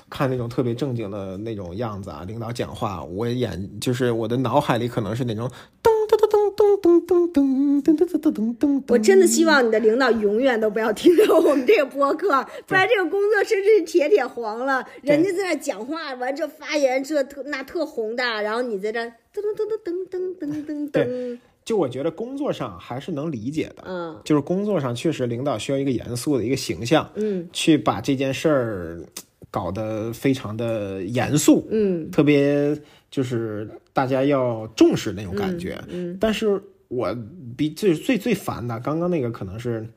Speaker 2: 看那种特别正经的那种样子啊，领导讲话，我眼就是我的脑海里可能是那种噔噔噔噔噔噔噔噔噔噔噔噔噔，
Speaker 1: 我真的希望你的领导永远都不要听到我们这个播客，不然这个工作真是铁铁黄了。
Speaker 2: 对
Speaker 1: 人家在那讲话，完这发言这特那特宏大，然后你在这噔噔噔噔噔噔噔噔
Speaker 2: 对就我觉得工作上还是能理解的
Speaker 1: 噔，。嗯
Speaker 2: 就是工作上确实领导需要一个严肃的一个形象，
Speaker 1: 嗯
Speaker 2: 去把这件事儿搞得非常的严肃，
Speaker 1: 嗯
Speaker 2: 特别就是大家要重视那种感觉。
Speaker 1: 嗯
Speaker 2: 但是我比最最最烦的，刚刚那个可能是。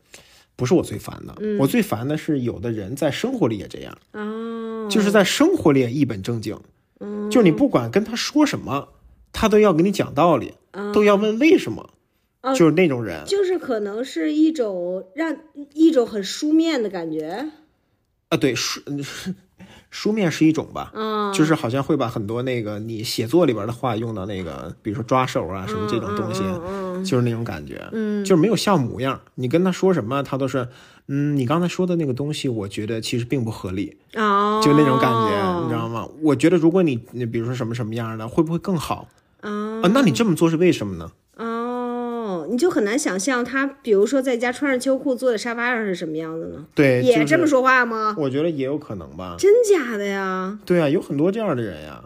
Speaker 2: 不是我最烦的，
Speaker 1: 嗯
Speaker 2: 我最烦的是有的人在生活里也这样，
Speaker 1: 啊，
Speaker 2: 就是在生活里也一本正经，
Speaker 1: 嗯
Speaker 2: 就是你不管跟他说什么，他都要跟你讲道理，
Speaker 1: 嗯
Speaker 2: 都要问为什么，
Speaker 1: 哦
Speaker 2: 就是那种人。
Speaker 1: 就是可能是一种让一种很书面的感觉
Speaker 2: 啊，对，书书面是一种吧，
Speaker 1: 啊，
Speaker 2: 就是好像会把很多那个你写作里边的话用到那个，比如说抓手啊什么这种东
Speaker 1: 嗯
Speaker 2: 西，就是那种感觉，嗯，就是没有像模样。你跟他说什么，他都是，嗯，你刚才说的那个东西，我觉得其实并不合理，
Speaker 1: 啊，
Speaker 2: 就那种感觉，
Speaker 1: 哦
Speaker 2: 你知道吗？我觉得如果你，你比如说什么什么样的，会不会更好
Speaker 1: 啊
Speaker 2: 啊？那你这么做是为什么呢？
Speaker 1: 哦，你就很难想象他，比如说在家穿着秋裤坐在沙发上是什么样子呢？
Speaker 2: 对，
Speaker 1: 也
Speaker 2: 哎就
Speaker 1: 这么
Speaker 2: 是
Speaker 1: 说话吗？
Speaker 2: 我觉得也有可能吧。
Speaker 1: 真假的呀？
Speaker 2: 对啊，有很多这样的人呀、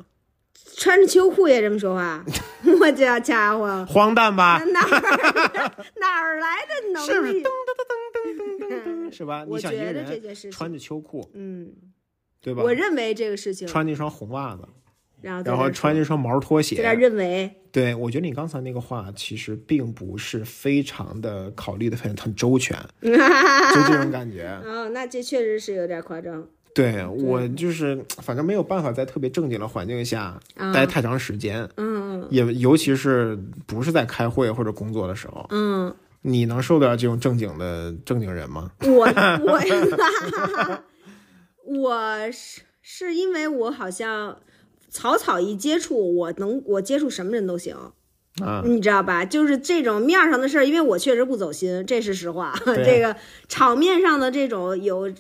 Speaker 1: 穿着秋裤也这么说 话，我家家伙，
Speaker 2: 荒 诞吧？
Speaker 1: 哪儿哪儿来的能力？
Speaker 2: 是不是？噔噔噔噔噔噔噔，是吧？你
Speaker 1: 我
Speaker 2: 想一
Speaker 1: 觉
Speaker 2: 个
Speaker 1: 得这
Speaker 2: 人
Speaker 1: 件事情，
Speaker 2: 穿着秋裤，
Speaker 1: 嗯，
Speaker 2: 对吧？
Speaker 1: 我认为这个事情，
Speaker 2: 穿着一双红袜子，
Speaker 1: 然后在这
Speaker 2: 然后
Speaker 1: 儿
Speaker 2: 穿着一双毛拖
Speaker 1: 在这儿
Speaker 2: 鞋，
Speaker 1: 认为，
Speaker 2: 对我觉得你刚才那个话其实并不是非常的考虑的很很 周全，就这种感觉。
Speaker 1: 哦，那这确实是有点夸张。
Speaker 2: 对我就是，反正没有办法在特别正经的环境下
Speaker 1: 啊
Speaker 2: 待太长时间，
Speaker 1: 嗯
Speaker 2: 也尤其是不是在开会或者工作的时候，
Speaker 1: 嗯，
Speaker 2: 你能受得了这种正经的正经人吗？
Speaker 1: 我 我我是是因为我好像草草一接触，我能我接触什么人都行，
Speaker 2: 啊，
Speaker 1: 你知道吧？就是这种面儿上的事儿，因为我确实不走心，这是实话。
Speaker 2: 对
Speaker 1: 这个场面上的这种有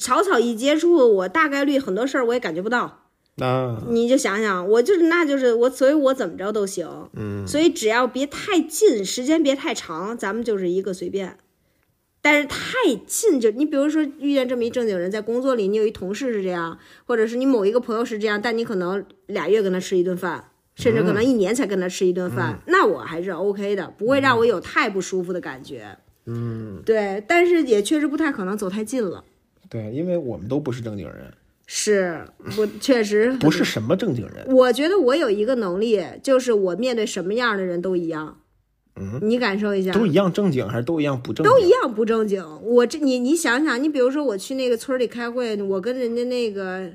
Speaker 1: 草草一接触，我大概率很多事儿我也感觉不到。
Speaker 2: 那
Speaker 1: 你就想想，我就是那就是我，所以我怎么着都行。嗯，所以只要别太近，时间别太长，咱们就是一个随便。但是太近就你比如说遇见这么一正经人，在工作里你有一同事是这样，或者是你某一个朋友是这样，但你可能俩月跟他吃一顿饭，甚至可能一年才跟他吃一顿饭，那我还是 OK 的，不会让我有太不舒服的感觉。嗯，对，但是也确实不太可能走太近了。
Speaker 2: 对，因为我们都不是正经人，
Speaker 1: 是，我确实很
Speaker 2: 不是什么正经人，
Speaker 1: 我觉得我有一个能力，就是我面对什么样的人都一样。嗯，你感受一下，
Speaker 2: 都一样正经还是都一样不正
Speaker 1: 都
Speaker 2: 经？
Speaker 1: 一样不正经。我这你你想想，你比如说我去那个村儿里开会，我跟人家那个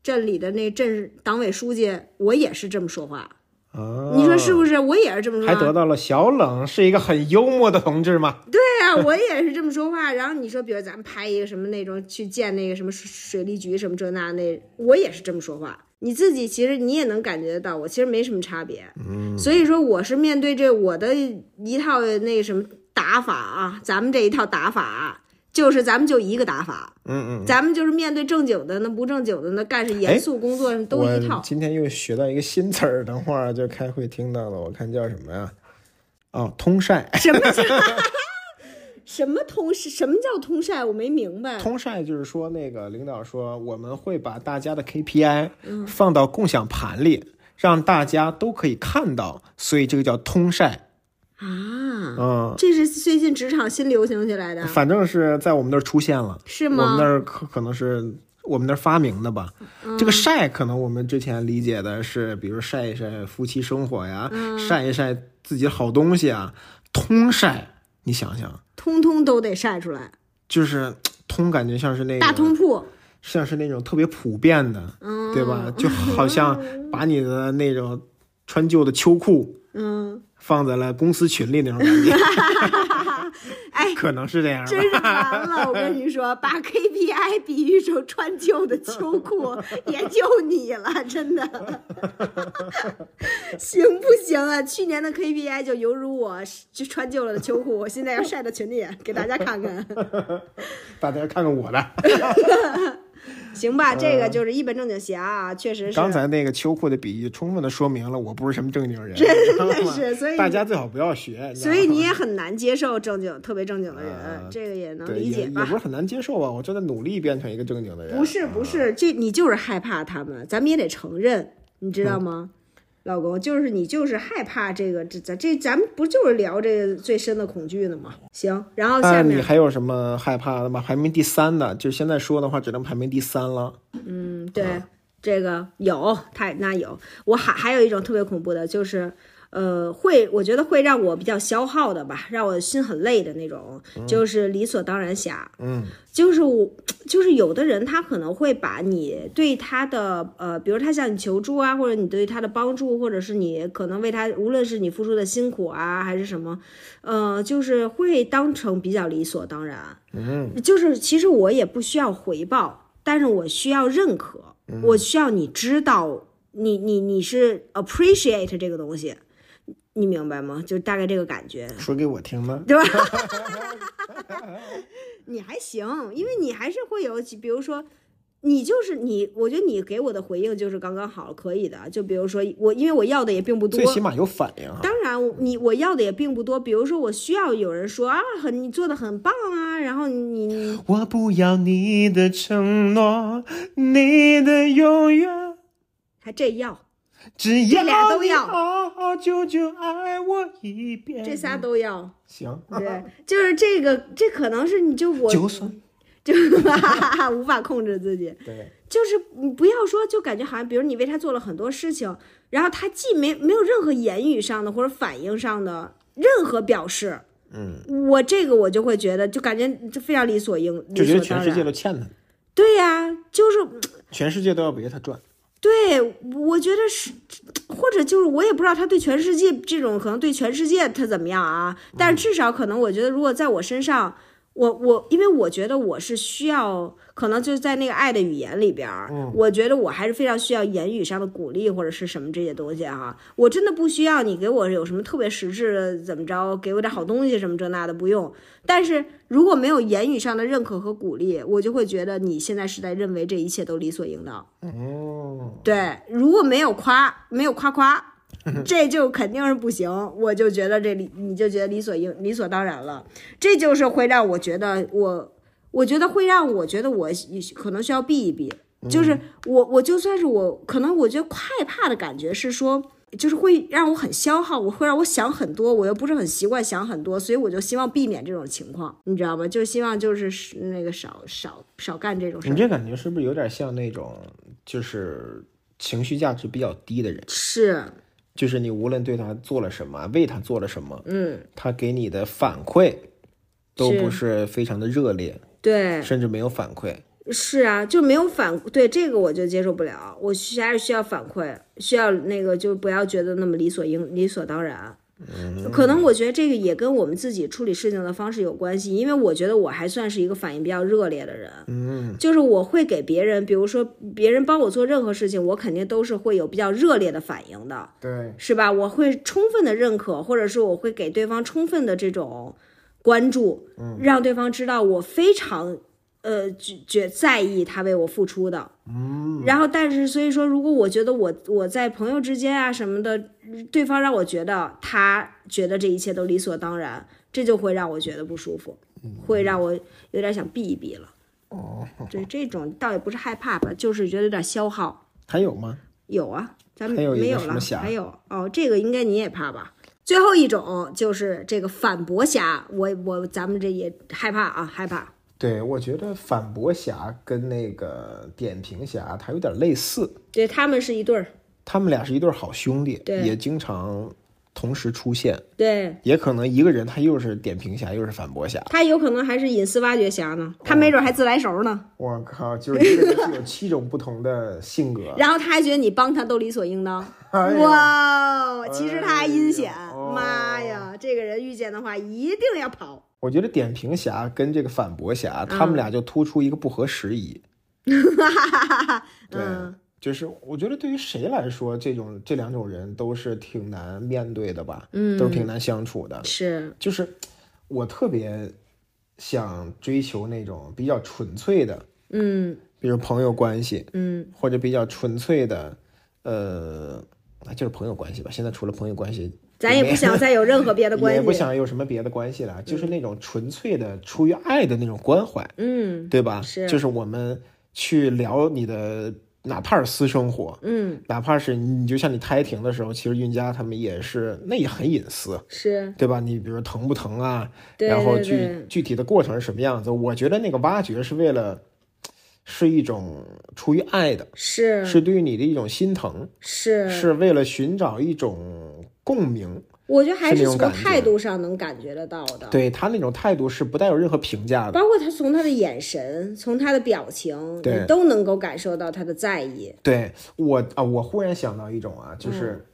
Speaker 1: 镇里的那镇党委书记，我也是这么说话。
Speaker 2: 啊，
Speaker 1: 你说是不是？我也是这么说
Speaker 2: 还
Speaker 1: 话。
Speaker 2: 得到了小冷是一个很幽默的同志嘛？
Speaker 1: 对哎呀、我也是这么说话。然后你说，比如咱们拍一个什么那种去见那个什么水水利局什么这那那，我也是这么说话。你自己其实你也能感觉得到，我其实没什么差别。嗯， 所以说我是面对这我的一套那个什么打法啊，咱们这一套打法啊就是咱们就一个打法，
Speaker 2: 嗯嗯。
Speaker 1: 咱们就是面对正经的那不正经的那干是严肃工作都
Speaker 2: 我
Speaker 1: 一套。
Speaker 2: 今天又学到一个新词儿，等会儿就开会听到了，我看叫什么呀？哦，通晒，
Speaker 1: 什么叫什么通什么叫通晒？我没明白。
Speaker 2: 通晒就是说那个领导说我们会把大家的 KPI
Speaker 1: 嗯
Speaker 2: 放到共享盘里，让大家都可以看到，所以这个叫通晒。
Speaker 1: 啊，
Speaker 2: 嗯，
Speaker 1: 这是最近职场新流行起来的，
Speaker 2: 反正是在我们那儿出现了，
Speaker 1: 是
Speaker 2: 我们那
Speaker 1: 吗？
Speaker 2: 儿可可能是我们那儿发明的吧。
Speaker 1: 嗯
Speaker 2: 这个晒可能我们之前理解的是，比如晒一晒夫妻生活呀，
Speaker 1: 嗯
Speaker 2: 晒一晒自己的好东西啊，通晒。你想想，
Speaker 1: 通通都得晒出来，
Speaker 2: 就是通，感觉像是那
Speaker 1: 大
Speaker 2: 种，
Speaker 1: 通铺。
Speaker 2: 像是那种特别普遍的，
Speaker 1: 嗯，
Speaker 2: 对吧？就好像把你的那种穿旧的秋裤
Speaker 1: 嗯，
Speaker 2: 放在了公司群里那种 感觉，
Speaker 1: 哎，
Speaker 2: 可能是这样吧
Speaker 1: 真。是完了！我跟你说，把 KPI 比喻成穿旧的秋 裤，也就你了，真的。 行不行啊？去年的 KPI 就犹如我就穿旧了的秋裤，我现在要晒到群里给大家看 看。
Speaker 2: 大家看看我的，
Speaker 1: 行吧，这个就是一本正经侠啊，确实是。
Speaker 2: 嗯刚才那个秋裤的比喻，充分的说明了我不是什么正经人，
Speaker 1: 真的
Speaker 2: 你知道吗
Speaker 1: 是所以
Speaker 2: 大家最好不要学。知
Speaker 1: 所
Speaker 2: 道吗
Speaker 1: 以 你也很难接受正经、特别正经的人，
Speaker 2: 啊
Speaker 1: 这个也能
Speaker 2: 对
Speaker 1: 理
Speaker 2: 也
Speaker 1: 解
Speaker 2: 也
Speaker 1: 吧
Speaker 2: 不？是很难接受吧？我正在努力变成一个正经的人。
Speaker 1: 不是不是，这你就是害怕他们，咱们也得承认，你知
Speaker 2: 嗯
Speaker 1: 道吗？老公，就是你就是害怕这个，这咱这咱们不就是聊这个最深的恐惧呢吗？行，然后
Speaker 2: 那
Speaker 1: 下
Speaker 2: 你
Speaker 1: 面
Speaker 2: 还有什么害怕的吗？排名第三的，就是现在说的话，只能排名第三了。
Speaker 1: 嗯，对，这个有，他那有，我还还有一种特别恐怖的，就是。呃，会，我觉得会让我比较消耗的吧，让我心很累的那种，就是理所当然侠。
Speaker 2: 嗯，
Speaker 1: 就是我，就是有的人他可能会把你对他的呃，比如他向你求助啊，或者你对他的帮助，或者是你可能为他，无论是你付出的辛苦啊，还是什么，呃，就是会当成比较理所当然。嗯，就是其实我也不需要回报，但是我需要认可，我需要你知道你你你是 appreciate 这个东西，你明白吗？就大概这个感觉。
Speaker 2: 说给我听呢。
Speaker 1: 对吧？ 你还行，因为你还是会有几，比如说，你就是你，我觉得你给我的回应就是刚刚好，可以的。就比如说我，因为我要的也并不多
Speaker 2: 最，起码有反应啊。
Speaker 1: 当然我你我要的也并不多。比如说，我需要有人说啊，很你做的很棒啊，然后你你
Speaker 2: 我不要你的承诺，你的永远。
Speaker 1: 还这要，
Speaker 2: 只
Speaker 1: 这俩
Speaker 2: 要
Speaker 1: 都
Speaker 2: 你
Speaker 1: 要
Speaker 2: 好好久久爱我一遍。
Speaker 1: 这仨都要。
Speaker 2: 行，
Speaker 1: 对，就是这个，这可能是你就我
Speaker 2: 就算
Speaker 1: 就 无法控制自己，
Speaker 2: 对，
Speaker 1: 就是你不要说，就感觉好像，比如你为他做了很多事情，然后他既没没有任何言语上的或者反应上的任何表示，
Speaker 2: 嗯，
Speaker 1: 我这个我就会觉得，就感觉这非常理所应，
Speaker 2: 就
Speaker 1: 理
Speaker 2: 觉
Speaker 1: 所
Speaker 2: 得全
Speaker 1: 当
Speaker 2: 世界
Speaker 1: 然。
Speaker 2: 都欠他，
Speaker 1: 对呀、就是
Speaker 2: 全世界都要围着他转。
Speaker 1: 对，我觉得是，或者就是我也不知道他对全世界这种可能对全世界他怎么样啊，但是至少可能我觉得，如果在我身上，我我因为我觉得我是需要，可能就是在那个爱的语言里边儿，我觉得我还是非常需要言语上的鼓励或者是什么这些东西啊，我真的不需要你给我有什么特别实质的怎么着，给我点好东西什么这那的不用，但是如果没有言语上的认可和鼓励，我就会觉得你现在是在认为这一切都理所应当。
Speaker 2: 哦，
Speaker 1: 对，如果没有夸，没有夸夸，这就肯定是不行。我就觉得这理，你就觉得理所应理所当然了，这就是会让我觉得我，我觉得会让我觉得我可能需要避一避。就是我，我就算是我，可能我觉得害怕的感觉是说，就是会让我很消耗，我会让我想很多，我又不是很习惯想很多，所以我就希望避免这种情况，你知道吗？就是希望就是那个少少少干这种事
Speaker 2: 你
Speaker 1: 儿。
Speaker 2: 这感觉是不是有点像那种就是情绪价值比较低的人？
Speaker 1: 是，
Speaker 2: 就是你无论对他做了什么，为他做了什么，
Speaker 1: 嗯，
Speaker 2: 他给你的反馈都
Speaker 1: 是
Speaker 2: 不是非常的热烈，
Speaker 1: 对。
Speaker 2: 甚至没有反馈。
Speaker 1: 是啊，就没有反对这个我就接受不了，我需还是需要反馈，需要那个就不要觉得那么理所应理所当然。可能我觉得这个也跟我们自己处理事情的方式有关系，因为我觉得我还算是一个反应比较热烈的人，嗯，就是我会给别人，比如说别人帮我做任何事情，我肯定都是会有比较热烈的反应的，
Speaker 2: 对，
Speaker 1: 是吧？我会充分的认可，或者是我会给对方充分的这种关注，
Speaker 2: 嗯
Speaker 1: 让对方知道我非常呃觉觉在意他为我付出的。嗯，然后但是所以说，如果我觉得我我在朋友之间啊什么的，对方让我觉得他觉得这一切都理所当然，这就会让我觉得不舒服，会让我有点想避一避了。
Speaker 2: 嗯哦，
Speaker 1: 对，这种倒也不是害怕吧，就是觉得有点消耗。
Speaker 2: 还有吗？
Speaker 1: 有啊，咱们
Speaker 2: 还有一个
Speaker 1: 没有
Speaker 2: 什
Speaker 1: 了
Speaker 2: 么，侠
Speaker 1: 还有哦，这个应该你也怕吧？最后一种就是这个反驳侠，我我咱们这也害怕啊，害怕。
Speaker 2: 对，我觉得反驳侠跟那个点评侠他有点类似，
Speaker 1: 对，他们是一对儿，
Speaker 2: 他们俩是一对儿好兄弟，
Speaker 1: 对
Speaker 2: 也经常同时出现，
Speaker 1: 对
Speaker 2: 也可能一个人他又是点评侠又是反驳侠。
Speaker 1: 他有可能还是隐私挖掘侠呢，他没准还自来熟呢，，
Speaker 2: 我靠，就是一个人是有七种不同的性格
Speaker 1: 然后他还觉得你帮他都理所应当。
Speaker 2: 哦哎呦
Speaker 1: 哇哦，其实他还阴险，
Speaker 2: 哎呦哦
Speaker 1: 妈呀，这个人遇见的话一定要跑。
Speaker 2: 我觉得点评侠跟这个反驳侠，他们俩就突出一个不合时宜。对，就是我觉得对于谁来说，这种这两种人都是挺难面对的吧，嗯，都是挺难相处的。
Speaker 1: 是，
Speaker 2: 就是我特别想追求那种比较纯粹的，
Speaker 1: 嗯
Speaker 2: 比如朋友关系，
Speaker 1: 嗯，
Speaker 2: 或者比较纯粹的，呃，就是朋友关系吧。现在除了朋友关系，
Speaker 1: 咱也不想再有任何别的关
Speaker 2: 也不
Speaker 1: 系。
Speaker 2: 想有什么别的关系了，就是那种纯粹的出于爱的那种关怀，
Speaker 1: 嗯
Speaker 2: 对吧？
Speaker 1: 是
Speaker 2: 就是我们去聊你的，哪怕是私生活，
Speaker 1: 嗯，
Speaker 2: 哪怕是你就像你胎停的时候，其实韵家他们也是，那也很隐私。
Speaker 1: 是。
Speaker 2: 对吧？你比如疼不疼啊？
Speaker 1: 对
Speaker 2: 然后
Speaker 1: 对
Speaker 2: 具
Speaker 1: 对
Speaker 2: 具体的过程是什么样子？我觉得那个挖掘是为了，是一种出于爱的，
Speaker 1: 是
Speaker 2: 是对于你的一种心疼，
Speaker 1: 是
Speaker 2: 是为了寻找一种共鸣。
Speaker 1: 我觉得还
Speaker 2: 是那
Speaker 1: 是
Speaker 2: 种
Speaker 1: 从
Speaker 2: 感觉
Speaker 1: 态度上能感觉得到的，
Speaker 2: 对他那种态度是不带有任何评价的。
Speaker 1: 包括他从他的眼神，从他的表情，
Speaker 2: 对
Speaker 1: 你都能够感受到他的在意。
Speaker 2: 对我啊，我忽然想到一种啊，就是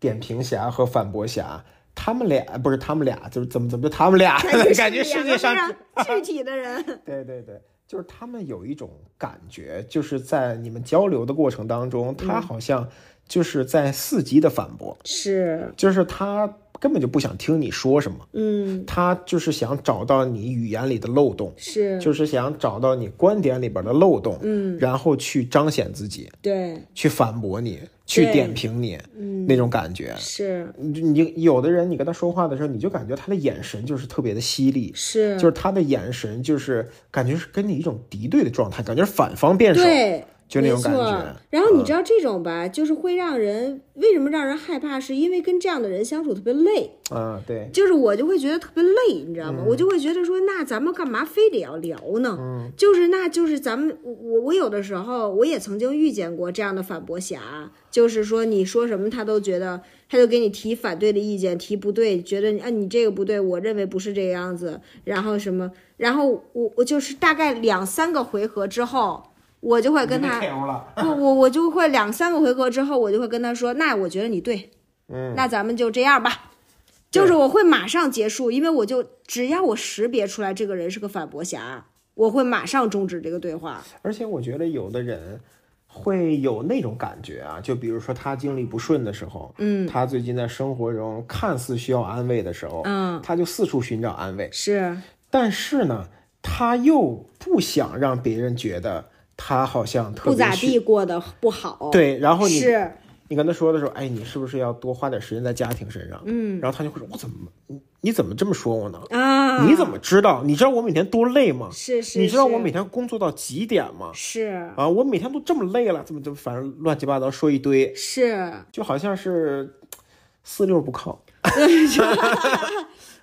Speaker 2: 点评侠和反驳侠，他们俩不是他们俩，就是怎么怎么就他们俩，感觉世界上
Speaker 1: 两个非 常具体的人，
Speaker 2: 对对对，就是他们有一种感觉，就是在你们交流的过程当中，他好像就是在伺机的反驳，
Speaker 1: 是，
Speaker 2: 就是他根本就不想听你说什么，
Speaker 1: 嗯，
Speaker 2: 他就是想找到你语言里的漏洞，
Speaker 1: 是，
Speaker 2: 就是想找到你观点里边的漏洞，
Speaker 1: 嗯，
Speaker 2: 然后去彰显自己，
Speaker 1: 对，
Speaker 2: 去反驳你，去
Speaker 1: 对
Speaker 2: 点评你，
Speaker 1: 嗯，
Speaker 2: 那种感觉。
Speaker 1: 是
Speaker 2: 你你有的人，你跟他说话的时候，你就感觉他的眼神就是特别的犀利，
Speaker 1: 是，
Speaker 2: 就是他的眼神，就是感觉是跟你一种敌对的状态，感觉是反方辩手，
Speaker 1: 对，
Speaker 2: 就那
Speaker 1: 没
Speaker 2: 种
Speaker 1: 错
Speaker 2: 感觉。。嗯
Speaker 1: 然后你知道这种吧，就是会让人为什么让人害怕，是因为跟这样的人相处特别累。
Speaker 2: 嗯，对，
Speaker 1: 就是我就会觉得特别累，你知道吗？我就会觉得说，那咱们干嘛非得要聊呢？就是那就是咱们我我我有的时候我也曾经遇见过这样的反驳侠，就是说你说什么他都觉得他就给你提反对的意见，提不对，觉得你啊你这个不对，我认为不是这个样子，然后什么，然后我我就是大概两三个回合之后，我就会跟他。
Speaker 2: 了，
Speaker 1: 不，我我就会两三个回合之后，我就会跟他说，那我觉得你对，
Speaker 2: 嗯，
Speaker 1: 那咱们就这样吧。就是我会马上结束，因为我就只要我识别出来这个人是个反驳侠，我会马上终止这个对话。
Speaker 2: 而且我觉得有的人会有那种感觉啊，就比如说他经历不顺的时候，嗯，他最近在生活中看似需要安慰的时候，
Speaker 1: 嗯，
Speaker 2: 他就四处寻找安慰，
Speaker 1: 是，
Speaker 2: 但是呢，他又不想让别人觉得他好像特
Speaker 1: 不
Speaker 2: 别
Speaker 1: 咋
Speaker 2: 需
Speaker 1: 地过得不好。，
Speaker 2: 对，然后你
Speaker 1: 是
Speaker 2: 你跟他说的时候，哎，你是不是要多花点时间在家庭身上？嗯，然后他就会说，我怎么你你怎么这么说我呢？
Speaker 1: 啊，
Speaker 2: 你怎么知道？你知道我每天多累吗？
Speaker 1: 是是？
Speaker 2: 你知道
Speaker 1: 是
Speaker 2: 我每天工作到几点吗？
Speaker 1: 是
Speaker 2: 啊，我每天都这么累了，怎么就反正乱七八糟说一堆，
Speaker 1: 是
Speaker 2: 就好像是四六不 靠。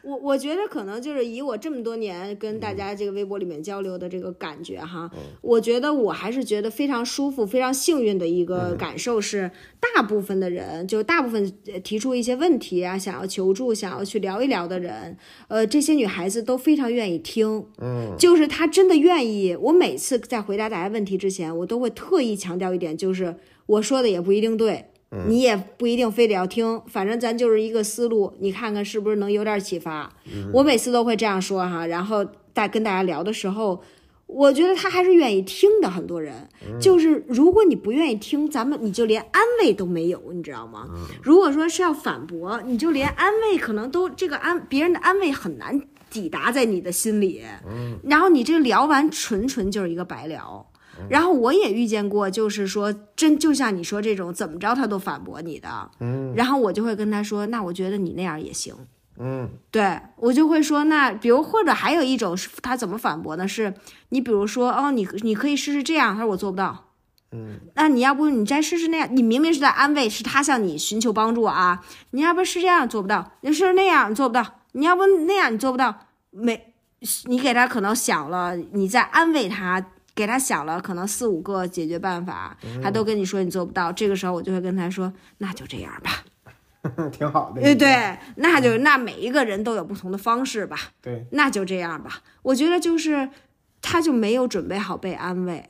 Speaker 1: 我我觉得可能就是以我这么多年跟大家这个微博里面交流的这个感觉哈，我觉得我还是觉得非常舒服、非常幸运的一个感受是，大部分的人就大部分呃提出一些问题啊，想要求助、想要去聊一聊的人，呃，这些女孩子都非常愿意听，嗯，就是她真的愿意。我每次在回答大家问题之前，我都会特意强调一点，就是我说的也不一定对，你也不一定非得要听，反正咱就是一个思路，你看看是不是能有点启发。我每次都会这样说哈，然后大跟大家聊的时候，我觉得他还是愿意听的。很多人就是，如果你不愿意听，咱们你就连安慰都没有，你知道吗？如果说是要反驳，你就连安慰可能都这个安别人的安慰很难抵达在你的心里。然后你这聊完，纯纯就是一个白聊。然后我也遇见过，就是说真就像你说这种，怎么着他都反驳你的，嗯，然后我就会跟他说，那我觉得你那样也行，
Speaker 2: 嗯，
Speaker 1: 对我就会说，那比如或者还有一种是他怎么反驳呢？是你比如说哦，你你可以试试这样，他说我做不到。嗯，那你要不你再试试那样？你明明是在安慰，是他向你寻求帮助啊！你要不是这样做不到，你是那样你做不到，你要不那样你做不到，没你给他可能想了，你在安慰他，给他想了可能四五个解决办法，
Speaker 2: 嗯
Speaker 1: 他都跟你说你做不到，这个时候我就会跟他说，那就这样吧。
Speaker 2: 嗯挺好的。
Speaker 1: 对嗯对，那就那每一个人都有不同的方式吧，
Speaker 2: 对，
Speaker 1: 那就这样吧。我觉得就是他就没有准备好被安慰，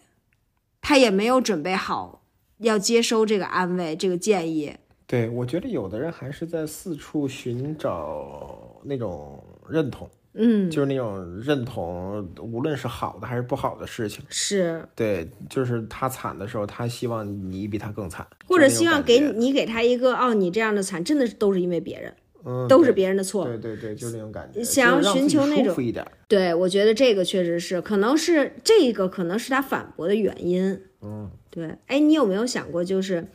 Speaker 1: 他也没有准备好要接收这个安慰这个建议。
Speaker 2: 对，我觉得有的人还是在四处寻找那种认同，
Speaker 1: 嗯，
Speaker 2: 就是那种认同，无论是好的还是不好的事情。
Speaker 1: 是，
Speaker 2: 对，就是他惨的时候，他希望你比他更惨，
Speaker 1: 或者希望给
Speaker 2: 你，
Speaker 1: 你你给他一个哦，你这样的惨真的是都是因为别人，
Speaker 2: 嗯，
Speaker 1: 都是别人的错。
Speaker 2: 对对对，就是那种感觉，
Speaker 1: 想要
Speaker 2: 就是让
Speaker 1: 寻
Speaker 2: 自己
Speaker 1: 求那
Speaker 2: 舒
Speaker 1: 种
Speaker 2: 服一点儿。
Speaker 1: 对，我觉得这个确实是，可能是这个，可能是他反驳的原因。
Speaker 2: 嗯，
Speaker 1: 对。哎，你有没有想过，就是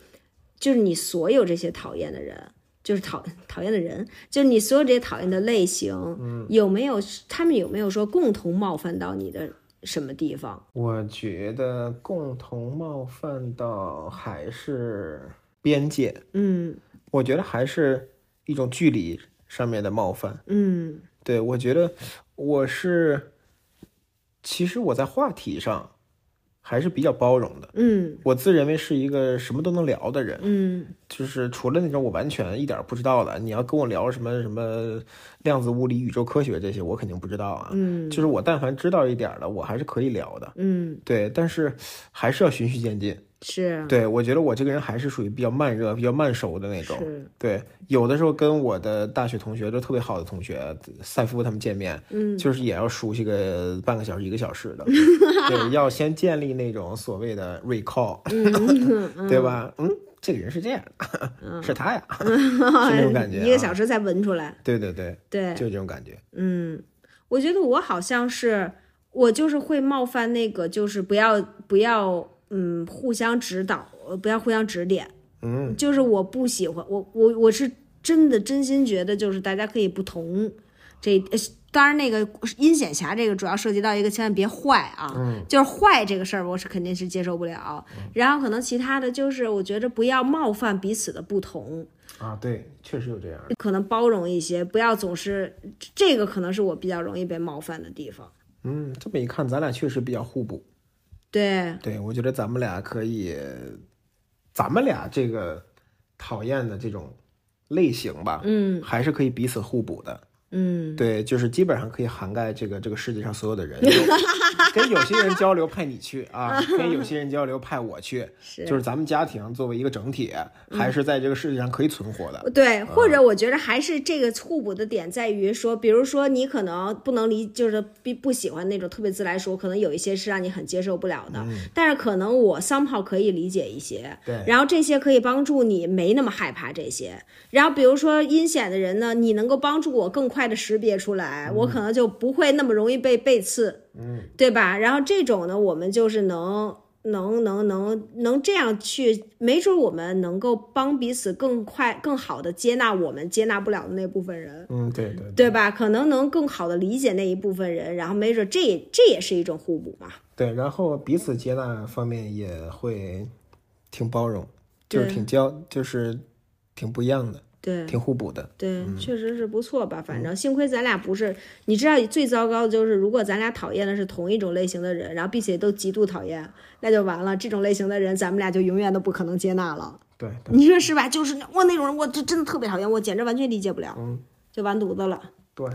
Speaker 1: 就是你所有这些讨厌的人，就是讨讨厌的人，就是你所有这些讨厌的类型，
Speaker 2: 嗯
Speaker 1: 有没有他们有没有说共同冒犯到你的什么地方？
Speaker 2: 我觉得共同冒犯到还是边界，
Speaker 1: 嗯
Speaker 2: 我觉得还是一种距离上面的冒犯。
Speaker 1: 嗯
Speaker 2: 对我觉得我是，其实我在话题上还是比较包容的。
Speaker 1: 嗯
Speaker 2: 我自认为是一个什么都能聊的人，
Speaker 1: 嗯
Speaker 2: 就是除了那种我完全一点儿不知道的，你要跟我聊什么什么量子物理、宇宙科学这些，我肯定不知道啊。
Speaker 1: 嗯
Speaker 2: 就是我但凡知道一点儿的，我还是可以聊的。
Speaker 1: 嗯，
Speaker 2: 对，但是还是要循序渐进。
Speaker 1: 是
Speaker 2: 对我觉得我这个人还是属于比较慢热、比较慢熟的那种。
Speaker 1: 是，
Speaker 2: 对，有的时候跟我的大学同学都特别好的同学赛夫他们见面，
Speaker 1: 嗯
Speaker 2: 就是也要熟悉个半个小时、一个 小时的，对，要先建立那种所谓的 recall，对
Speaker 1: 嗯
Speaker 2: 吧？嗯，这个人是这样的，是 他呀，是那种感觉、啊，
Speaker 1: 嗯一个小时才闻出来。
Speaker 2: 对对对，
Speaker 1: 对，
Speaker 2: 就这种感觉。
Speaker 1: 嗯，我觉得我好像是，我就是会冒犯那个，就是不要不要，嗯，互相指导，呃不要互相指点。
Speaker 2: 嗯，
Speaker 1: 就是我不喜欢，我我我是真的真心觉得，就是大家可以不同，这呃当然，那个阴险侠这个主要涉及到一个千万别坏啊，
Speaker 2: 嗯
Speaker 1: 就是坏这个事儿，我是肯定是接受不了。然后可能其他的就是，我觉着不要冒犯彼此的不同，
Speaker 2: 啊，对，确实有这样的，
Speaker 1: 可能包容一些，不要总是这个，可能是我比较容易被冒犯的地方。
Speaker 2: 嗯，这么一看，咱俩确实比较互补。
Speaker 1: 对，
Speaker 2: 对，我觉得咱们俩可以，咱们俩这个讨厌的这种类型吧，
Speaker 1: 嗯
Speaker 2: 还是可以彼此互补的。
Speaker 1: 嗯，
Speaker 2: 对，就是基本上可以涵盖这个这个世界上所有的 人。有跟有些人交流派你去啊，跟有些人交流派我去，
Speaker 1: 是
Speaker 2: 就是咱们家庭作为一个整体，还是在这个世界上可以存活的。
Speaker 1: 对，或者我觉得还是这个互补的点在于说，比如说你可能不能理，就是不不喜欢那种特别自来熟，可能有一些是让你很接受不了的，但是可能我 somehow 可以理解一些，
Speaker 2: 对
Speaker 1: 然后这些可以帮助你没那么害怕这些。然后比如说阴险的人呢，你能够帮助我更快的识别出来，我可能就不会那么容易被背刺，嗯，对吧？然后这种呢，我们就是能。能能能能这样去，没准我们能够帮彼此更快、更好的接纳我们接纳不了的那部分人，
Speaker 2: 嗯，对对
Speaker 1: 对吧？可能能更好的理解那一部分人，然后没准这也这也是一种互补嘛。
Speaker 2: 对，然后彼此接纳方面也会挺包容，就是
Speaker 1: 对
Speaker 2: 挺交，就是挺不一样的，
Speaker 1: 对
Speaker 2: 挺互补的。
Speaker 1: 对，确实是不错吧？反正幸亏咱俩不是，你知道最糟糕的就是，如果咱俩讨厌的是同一种类型的人，然后并且都极度讨厌，那就完了。这种类型的人，咱们俩就永远都不可能接纳了。
Speaker 2: 对，对
Speaker 1: 你说是吧？就是我那种人，我就真的特别讨厌，我简直完全理解不了，
Speaker 2: 嗯
Speaker 1: 就完犊子了。
Speaker 2: 对，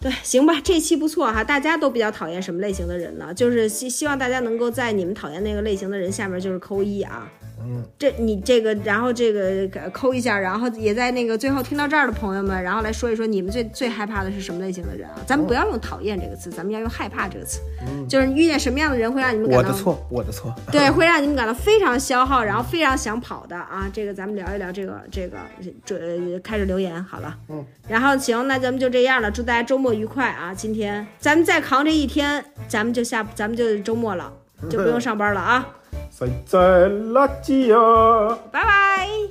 Speaker 1: 对，行吧，这期不错哈，大家都比较讨厌什么类型的人呢？就是希希望大家能够在你们讨厌那个类型的人下面就是扣一啊，
Speaker 2: 嗯，
Speaker 1: 这你这个，然后这个呃扣一下，然后也在那个最后听到这儿的朋友们，然后来说一说你们最最害怕的是什么类型的人啊？咱们不要用讨厌这个词，咱们要用害怕这个词，就是遇见什么样的人会让你们感
Speaker 2: 嗯我
Speaker 1: 到
Speaker 2: 的错，我的错。
Speaker 1: 对，会让你们感到非常消耗，然后非常想跑的啊。这个咱们聊一聊这个这个这开始留言好了。
Speaker 2: 嗯，
Speaker 1: 然后行，那咱们就这样了，祝大家周末愉快啊！今天咱们再扛这一天，咱们就下咱们就周末了，就不用上班了啊！
Speaker 2: 谁在垃圾啊？
Speaker 1: 拜拜。